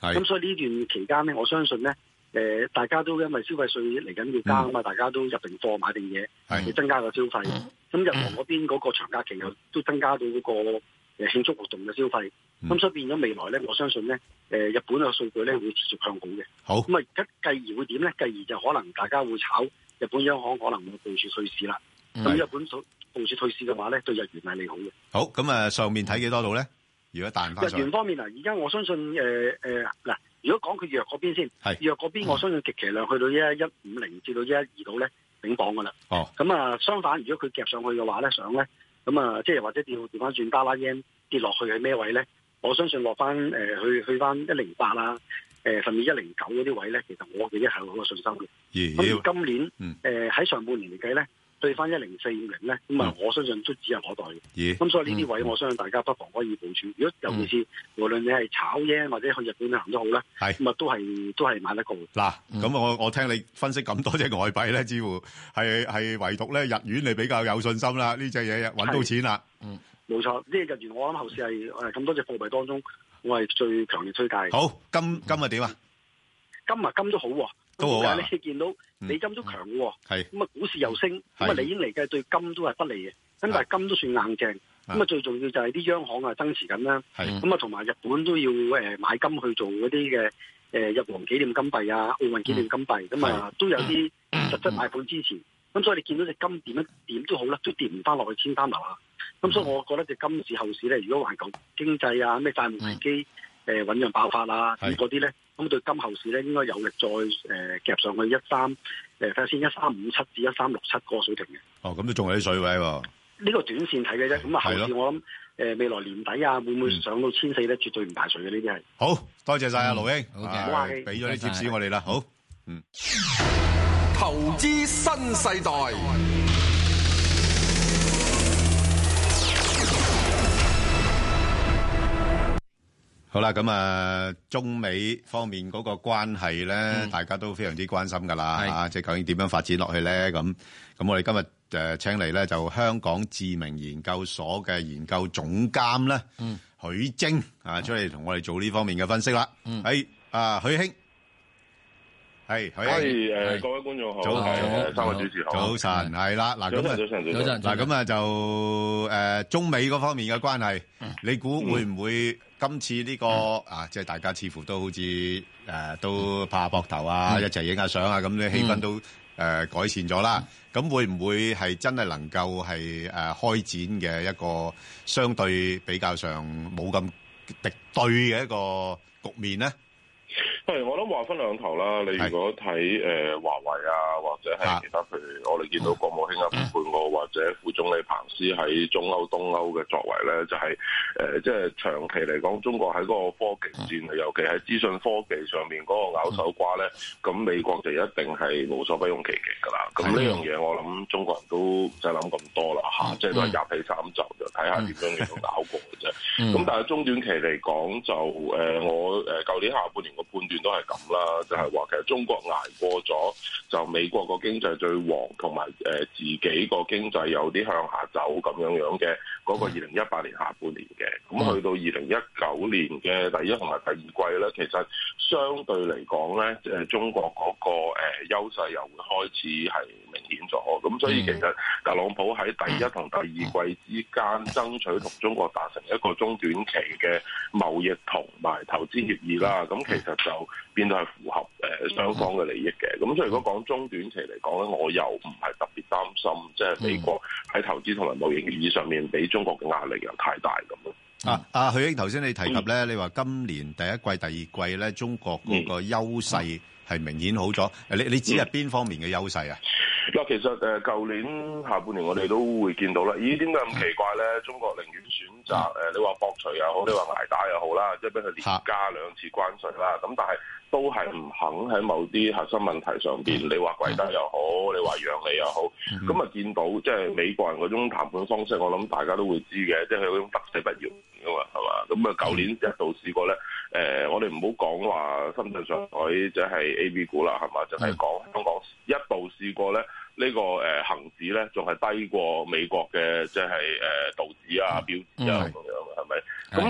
係咁所以呢段期間咧，我相信咧。誒、大家都因為消費稅嚟緊要加啊嘛，大家都入定貨買定嘢，要增加個消費。咁日皇嗰邊嗰個長假期又都增加到嗰個誒慶祝活動嘅消費。咁、所以變咗未來咧，我相信咧，誒、日本嘅數據咧會持續向好嘅。好咁啊，而家繼而會點咧？繼而就可能大家會炒日本央行可能會部署退市啦。咁係日本部署退市嘅話咧，對日元係利好嘅。好，咁啊，上面睇幾多度咧？如果彈翻日上元去，方面嗱，啊而家我相信誒誒嗱，如果講佢弱嗰邊先係，弱嗰邊我相信極其量去到一一五零至到一一二度咧頂榜噶啦。哦，咁啊，相反如果佢夾上去嘅話咧，上咧咁啊，即係或者調調翻轉 dollar yen 跌落去係咩位咧？我相信落翻誒、呃去去翻一零八啦，誒、甚至一零九嗰啲位咧，其實我哋己係好有信心嘅。咦咁而今年嗯誒喺上半年嚟計咧，對翻一零四五零咧，咁啊，我相信都指日可待嗯咦嗯嘅。咁所以呢啲位，我相信大家不妨可以部署。如果尤其是無論你係炒嘢或者去日本旅行都好啦，係咁啊，都係都係買得過嘅。嗱，咁我我聽你分析咁多隻外幣咧，似乎係係唯獨咧日元你比較有信心啦，呢隻嘢揾到錢啦。嗯，冇錯，呢個日元我諗後市係誒咁多隻貨幣當中，我係最強烈推介。好，金金啊點啊？金啊金都好喎、都好啊咁點解你見到美金都強嘅喎、係咁啊股市又升，咁啊係理應嚟計對金都係不利嘅，咁但係金都算硬淨，啊咁啊最重要就係啲央行啊增持緊啦，係咁啊同埋日本都要誒買金去做嗰啲嘅誒日皇紀念金幣啊、奧運紀念金幣，咁啊都有啲實質買盤支持，咁所以你見到只金點一點都好啦，都跌唔翻落去千三樓下，咁所以我覺得只金市後市咧，如果環球經濟啊咩債務危機，誒醖釀爆發啊，咁嗰啲咧，咁對今後市咧應該有力再誒、呃、夾上去一三呃誒睇下先一三五七至一三六七嗰個水平嘅。哦，咁都仲有啲水位喎。呢、個短線睇嘅啫，咁啊後係市咯嗯我諗誒、呃未來年底啊，會唔會上到千四咧？絕對唔排除嘅呢啲係。好多謝晒啊，盧好兄，嘅啊唔好客氣俾咗啲多謝 tips 我哋啦。好，嗯，投資新世代，好啦，咁啊，中美方面嗰個關係咧，大家都非常之關心噶啦，啊，即係究竟點樣發展落去咧？咁咁，我哋今日誒請嚟咧就香港智明研究所嘅研究總監咧，嗯許楨啊，出嚟同我哋做呢方面嘅分析啦。嗯係啊，許兄，係許係誒，兄，各位觀眾好，早係誒三位主持好，早晨，係啦，嗱咁啊，早晨早晨嗱咁啊就誒中美嗰方面嘅關係，你估會唔會今次呢個啊，即係大家似乎都好似誒都拍下膊頭啊，嗯一齊影下相啊，咁咧氣氛都誒改善咗啦。咁會唔會係真係能夠係誒開展嘅一個相對比較上冇咁敵對嘅一個局面咧？係，我諗話分兩頭啦。你如果睇誒、呃、華為啊，或者係嗯其他，譬如我哋見到國務卿啊蓬佩奧或者副總理彭斯喺中歐、東歐嘅作為咧，就係、誒即係長期嚟講，中國喺嗰個科技戰，尤其係資訊科技上面嗰個咬手瓜咧，咁美國就一定係無所不用其極㗎啦。咁呢樣嘢我諗中國人都唔使諗咁多啦嚇，即係都係入起衫袖，就睇下點樣樣咬過嘅啫。嗯咁但係中短期嚟講，就誒、呃我誒舊年下半年個判斷都係咁啦，就係、話其實中國捱過咗，就美國個經濟最旺，同埋誒自己個經濟有啲向下走咁樣樣嘅嗰個二零一八年下半年嘅，咁去到二零一九年嘅第一同埋第二季咧，其實相對嚟講咧，誒中國嗰、個誒、呃、優勢又會開始係明顯作。咁所以其實特朗普喺第一同第二季之間爭取同中國達成一個中短期嘅貿易同埋投資協議啦。咁其實就變到係符合誒雙方嘅利益嘅。咁所以如果講中短期嚟講咧，我又唔係特別擔心，即係美國喺投資同埋貿易協議上面俾中國嘅壓力又太大咁咯。啊啊，許英頭先你提及咧，你話今年第一季、第二季咧，中國嗰個優勢係明顯好咗。你你指係邊方面嘅優勢啊？嗱，其實誒舊年下半年我哋都會見到啦。咦，點解咁奇怪咧？中國寧願選擇誒、呃，你話博除又好，你話捱打又好啦，即係俾佢連加兩次關稅啦。咁但係都係唔肯喺某啲核心問題上邊，你話跪低又好，你話讓你又好。咁啊、見到即係美國人嗰種談判方式，我諗大家都會知嘅，即係佢嗰種得死不饒噶嘛，係嘛？咁啊，舊年一度試過咧。誒、呃，我哋唔好講話深圳、上海即係 A、B 股啦，係嘛？就係、是、講香港一度試過咧，呢、這個誒恆指咧仲係低過美國嘅，即係誒道指啊、標指啊咁樣，係咪？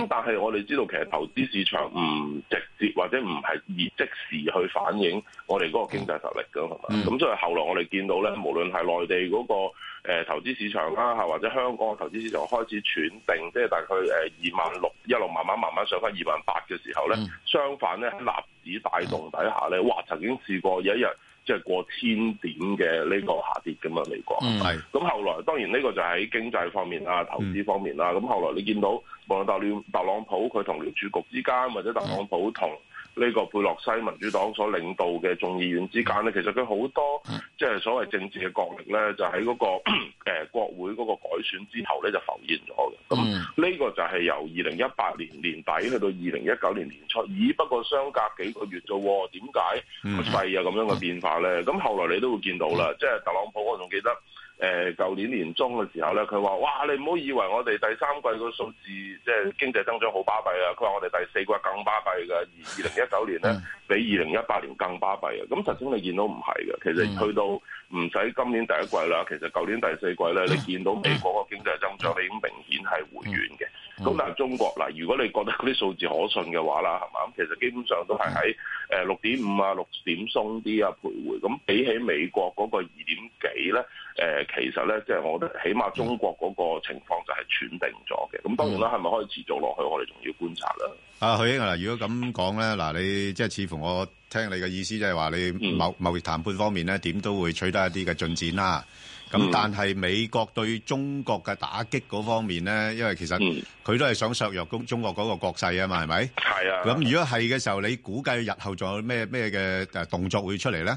咁但係我哋知道其實投資市場唔直接或者唔係以即時去反映我哋嗰個經濟實力㗎，係嘛？咁、嗯、所以後來我哋見到咧，無論係內地嗰、那個。誒投資市場啦，嚇或者香港嘅投資市場開始喘定，即係大概誒二萬六一路慢慢慢慢上翻二萬八嘅時候咧，相反咧喺納指帶動底下咧，哇曾經試過有一日即係過千點嘅呢個下跌㗎嘛，美國係。咁、嗯、後來當然呢個就喺經濟方面啦、投資方面啦，咁、嗯、後來你見到無論特聯特朗普佢同聯儲局之間，或者特朗普同。呢個佩洛西民主黨所領導嘅眾議院之間咧，其實佢好多即係所謂政治嘅角力咧，就喺嗰、那個誒、呃、國會嗰個改選之後咧就浮現咗嘅。咁呢個就係由二零一八年年底去到二零一九年年初，咦？不過相隔幾個月啫喎，點解個勢有咁樣嘅變化咧？咁後來你都會見到啦，即係特朗普，我仲記得。誒舊年年中嘅時候咧，佢話：哇！你唔好以為我哋第三季個數字即係經濟增長好巴閉啊！佢話我哋第四季更巴閉㗎，而二零一九年咧比二零一八年更巴閉啊！咁實情你見到唔係嘅，其實去到唔使今年第一季啦，其實舊年第四季咧，你見到美國個經濟增長你已經明顯係回軟嘅。咁但係中國嗱，如果你覺得嗰啲數字可信嘅話啦，係嘛？咁其實基本上都係喺誒六點五啊、六點鬆啲啊徘徊。咁比起美國嗰個二點幾咧，誒、呃、其實咧，即係我覺得起碼中國嗰個情況就係喘定咗嘅。咁當然啦，係咪可以持續落去，我哋仲要觀察啦。啊，許英啊，如果咁講咧，嗱，你即係似乎我聽你嘅意思，即係話你貿貿易談判方面咧，點都會取得一啲嘅進展啦。咁但係美國對中國嘅打擊嗰方面咧，因為其實佢都係想削弱中中國嗰個國勢啊嘛，係咪？係啊。咁如果係嘅時候，你估計日後仲有咩咩嘅誒動作會出嚟咧？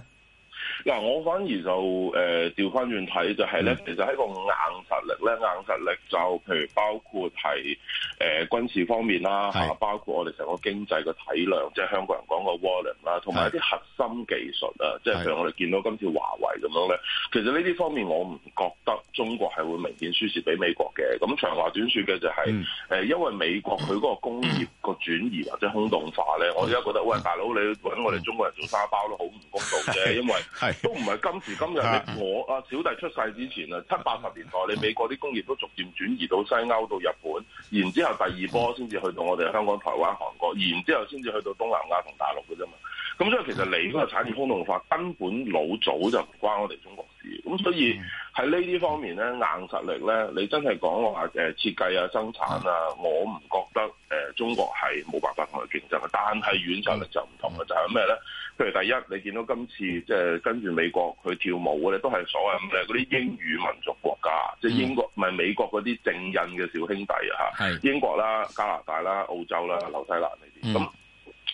嗱，我反而就誒調翻轉睇，就係咧，其實喺個硬實力咧，硬實力就譬如包括係誒、呃、軍事方面啦，嚇，包括我哋成個經濟嘅體量，即係香港人講個 volume 啦，同埋一啲核心技術啊，即係譬如我哋見到今次華為咁樣咧，其實呢啲方面我唔覺得中國係會明顯輸蝕俾美國嘅。咁長話短説嘅就係、是、誒、嗯、因為美國佢嗰個工業個轉移或者空洞化咧，我而家覺得喂，大佬你揾我哋中國人做沙包都好唔公道啫，因為都唔係今時今日，你我啊小弟出世之前啊，七八十年代你美國啲工業都逐漸轉移到西歐到日本，然之後第二波先至去到我哋香港、台灣、韓國，然之後先至去到東南亞同大陸嘅啫嘛。咁所以其實你嗰個產業空洞化根本老早就唔關我哋中國事。咁所以喺呢啲方面咧，硬實力咧，你真係講話誒設計啊、生產啊，我唔覺得誒、呃、中國係冇辦法同佢競爭嘅。但係軟實力就唔同嘅，就係咩咧？譬如第一，你見到今次即係跟住美國佢跳舞嘅咧，都係所謂咁嘅嗰啲英語民族國家，即係英國唔係美國嗰啲正印嘅小兄弟啊嚇，英國啦、加拿大啦、澳洲啦、紐西蘭呢啲咁。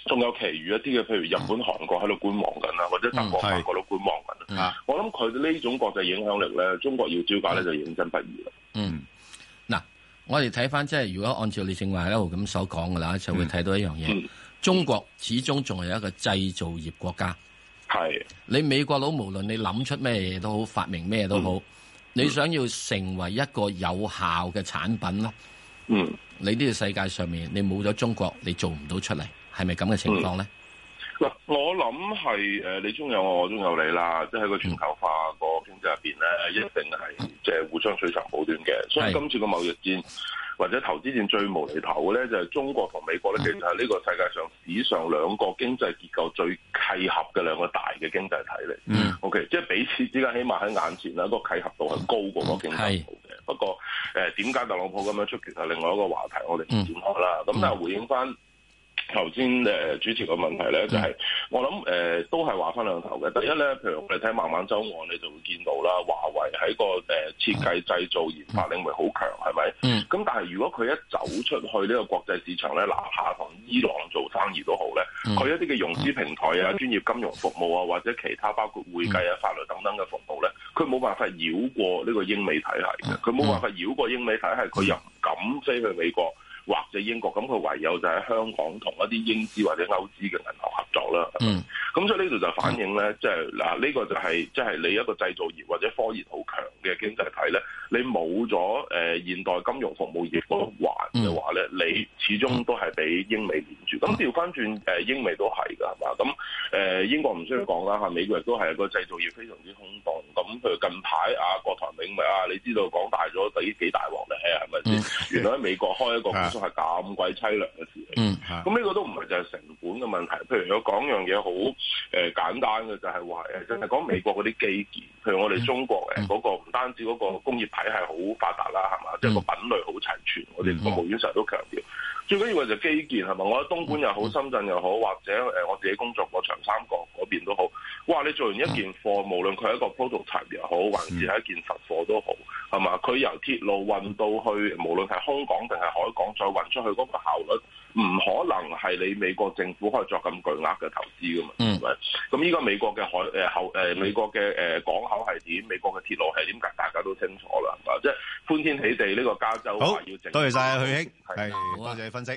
仲有其餘一啲嘅，譬如日本、韓國喺度觀望緊啊啦，或者德國、法國都觀望緊啦。我諗佢呢種國際影響力咧，中國要招架咧就認真不易啦。嗯，嗱，我哋睇翻即係如果按照你正話一路咁所講嘅啦，就會睇到一樣嘢，嗯、中國始終仲係一個製造業國家。係你美國佬，無論你諗出咩嘢都好，發明咩都好，嗯、你想要成為一個有效嘅產品咧，嗯，你呢個世界上面你冇咗中國，你做唔到出嚟。係咪咁嘅情況咧？嗱、嗯，我諗係誒，你中有我，我中有你啦。即係個全球化個經濟入邊咧，一定係即係互相取長補短嘅。所以今次個貿易戰，或者投資戰最無厘頭嘅咧，就係、中國同美國咧，其實係呢個世界上史上兩個經濟結構最契合嘅兩個大嘅經濟體嚟。嗯，OK，即係彼此之間起碼喺眼前啦，個契合度係高過嗰經濟度嘅。不過誒，點、解特朗普咁樣出拳係另外一個話題，我哋唔展開啦。咁、但係回應翻。頭先誒主持個問題咧，就係、我諗誒、呃都係話翻兩頭嘅。第一咧，譬如我哋睇孟晚舟案，你就會見到啦，華為喺個誒、呃、設計、製造、研發領域好強，係咪？咁、但係如果佢一走出去呢個國際市場咧，哪怕同伊朗做生意都好咧，佢、一啲嘅融資平台啊、專業金融服務啊，或者其他包括會計啊、法律等等嘅服務咧，佢冇辦法繞過呢個英美體系嘅，佢冇辦法繞過英美體系，佢又唔敢飛去美國。或者英國，咁佢唯有就喺香港同一啲英資或者歐資嘅銀行合作啦。嗯咁所以呢度就反映咧，即係嗱，呢個就係即係你一個製造業或者科研好強嘅經濟體咧，你冇咗誒現代金融服務業嗰環嘅話咧，你始終都係俾英美連住。咁調翻轉誒，英美都係㗎，係嘛？咁誒、呃英國唔需要講啦嚇，美國亦都係個製造業非常之空洞。咁譬如近排啊，郭台銘咪啊，你知道講大咗幾幾大鑊咧，係咪先？原來喺美國開一個股叔係咁鬼凄涼嘅事嚟。嗯啊咁呢個都唔係就係成本嘅問題。譬如我講樣嘢好誒簡單嘅，就係話誒，真係講美國嗰啲基建，譬如我哋中國誒嗰個唔單止嗰個工業體系好發達啦，係嘛，即係個品類好齊全，我哋國務院成日都強調。最緊要嘅就係基建係咪？我喺東莞又好，深圳又好，或者誒我自己工作過長三角嗰邊都好。哇！你做完一件貨，無論佢係一個 prototype 又好，還是係一件實貨都好，係嘛？佢由鐵路運到去，無論係空港定係海港，再運出去嗰個效率。唔可能係你美國政府可以作咁巨額嘅投資噶嘛？係咪咁依家美國嘅海誒口誒美國嘅誒、呃港口係點？美國嘅鐵路係點？大家都清楚啦，係嘛即係歡天喜地呢個加州話好要整。啊多謝晒許兄，係係多謝分析。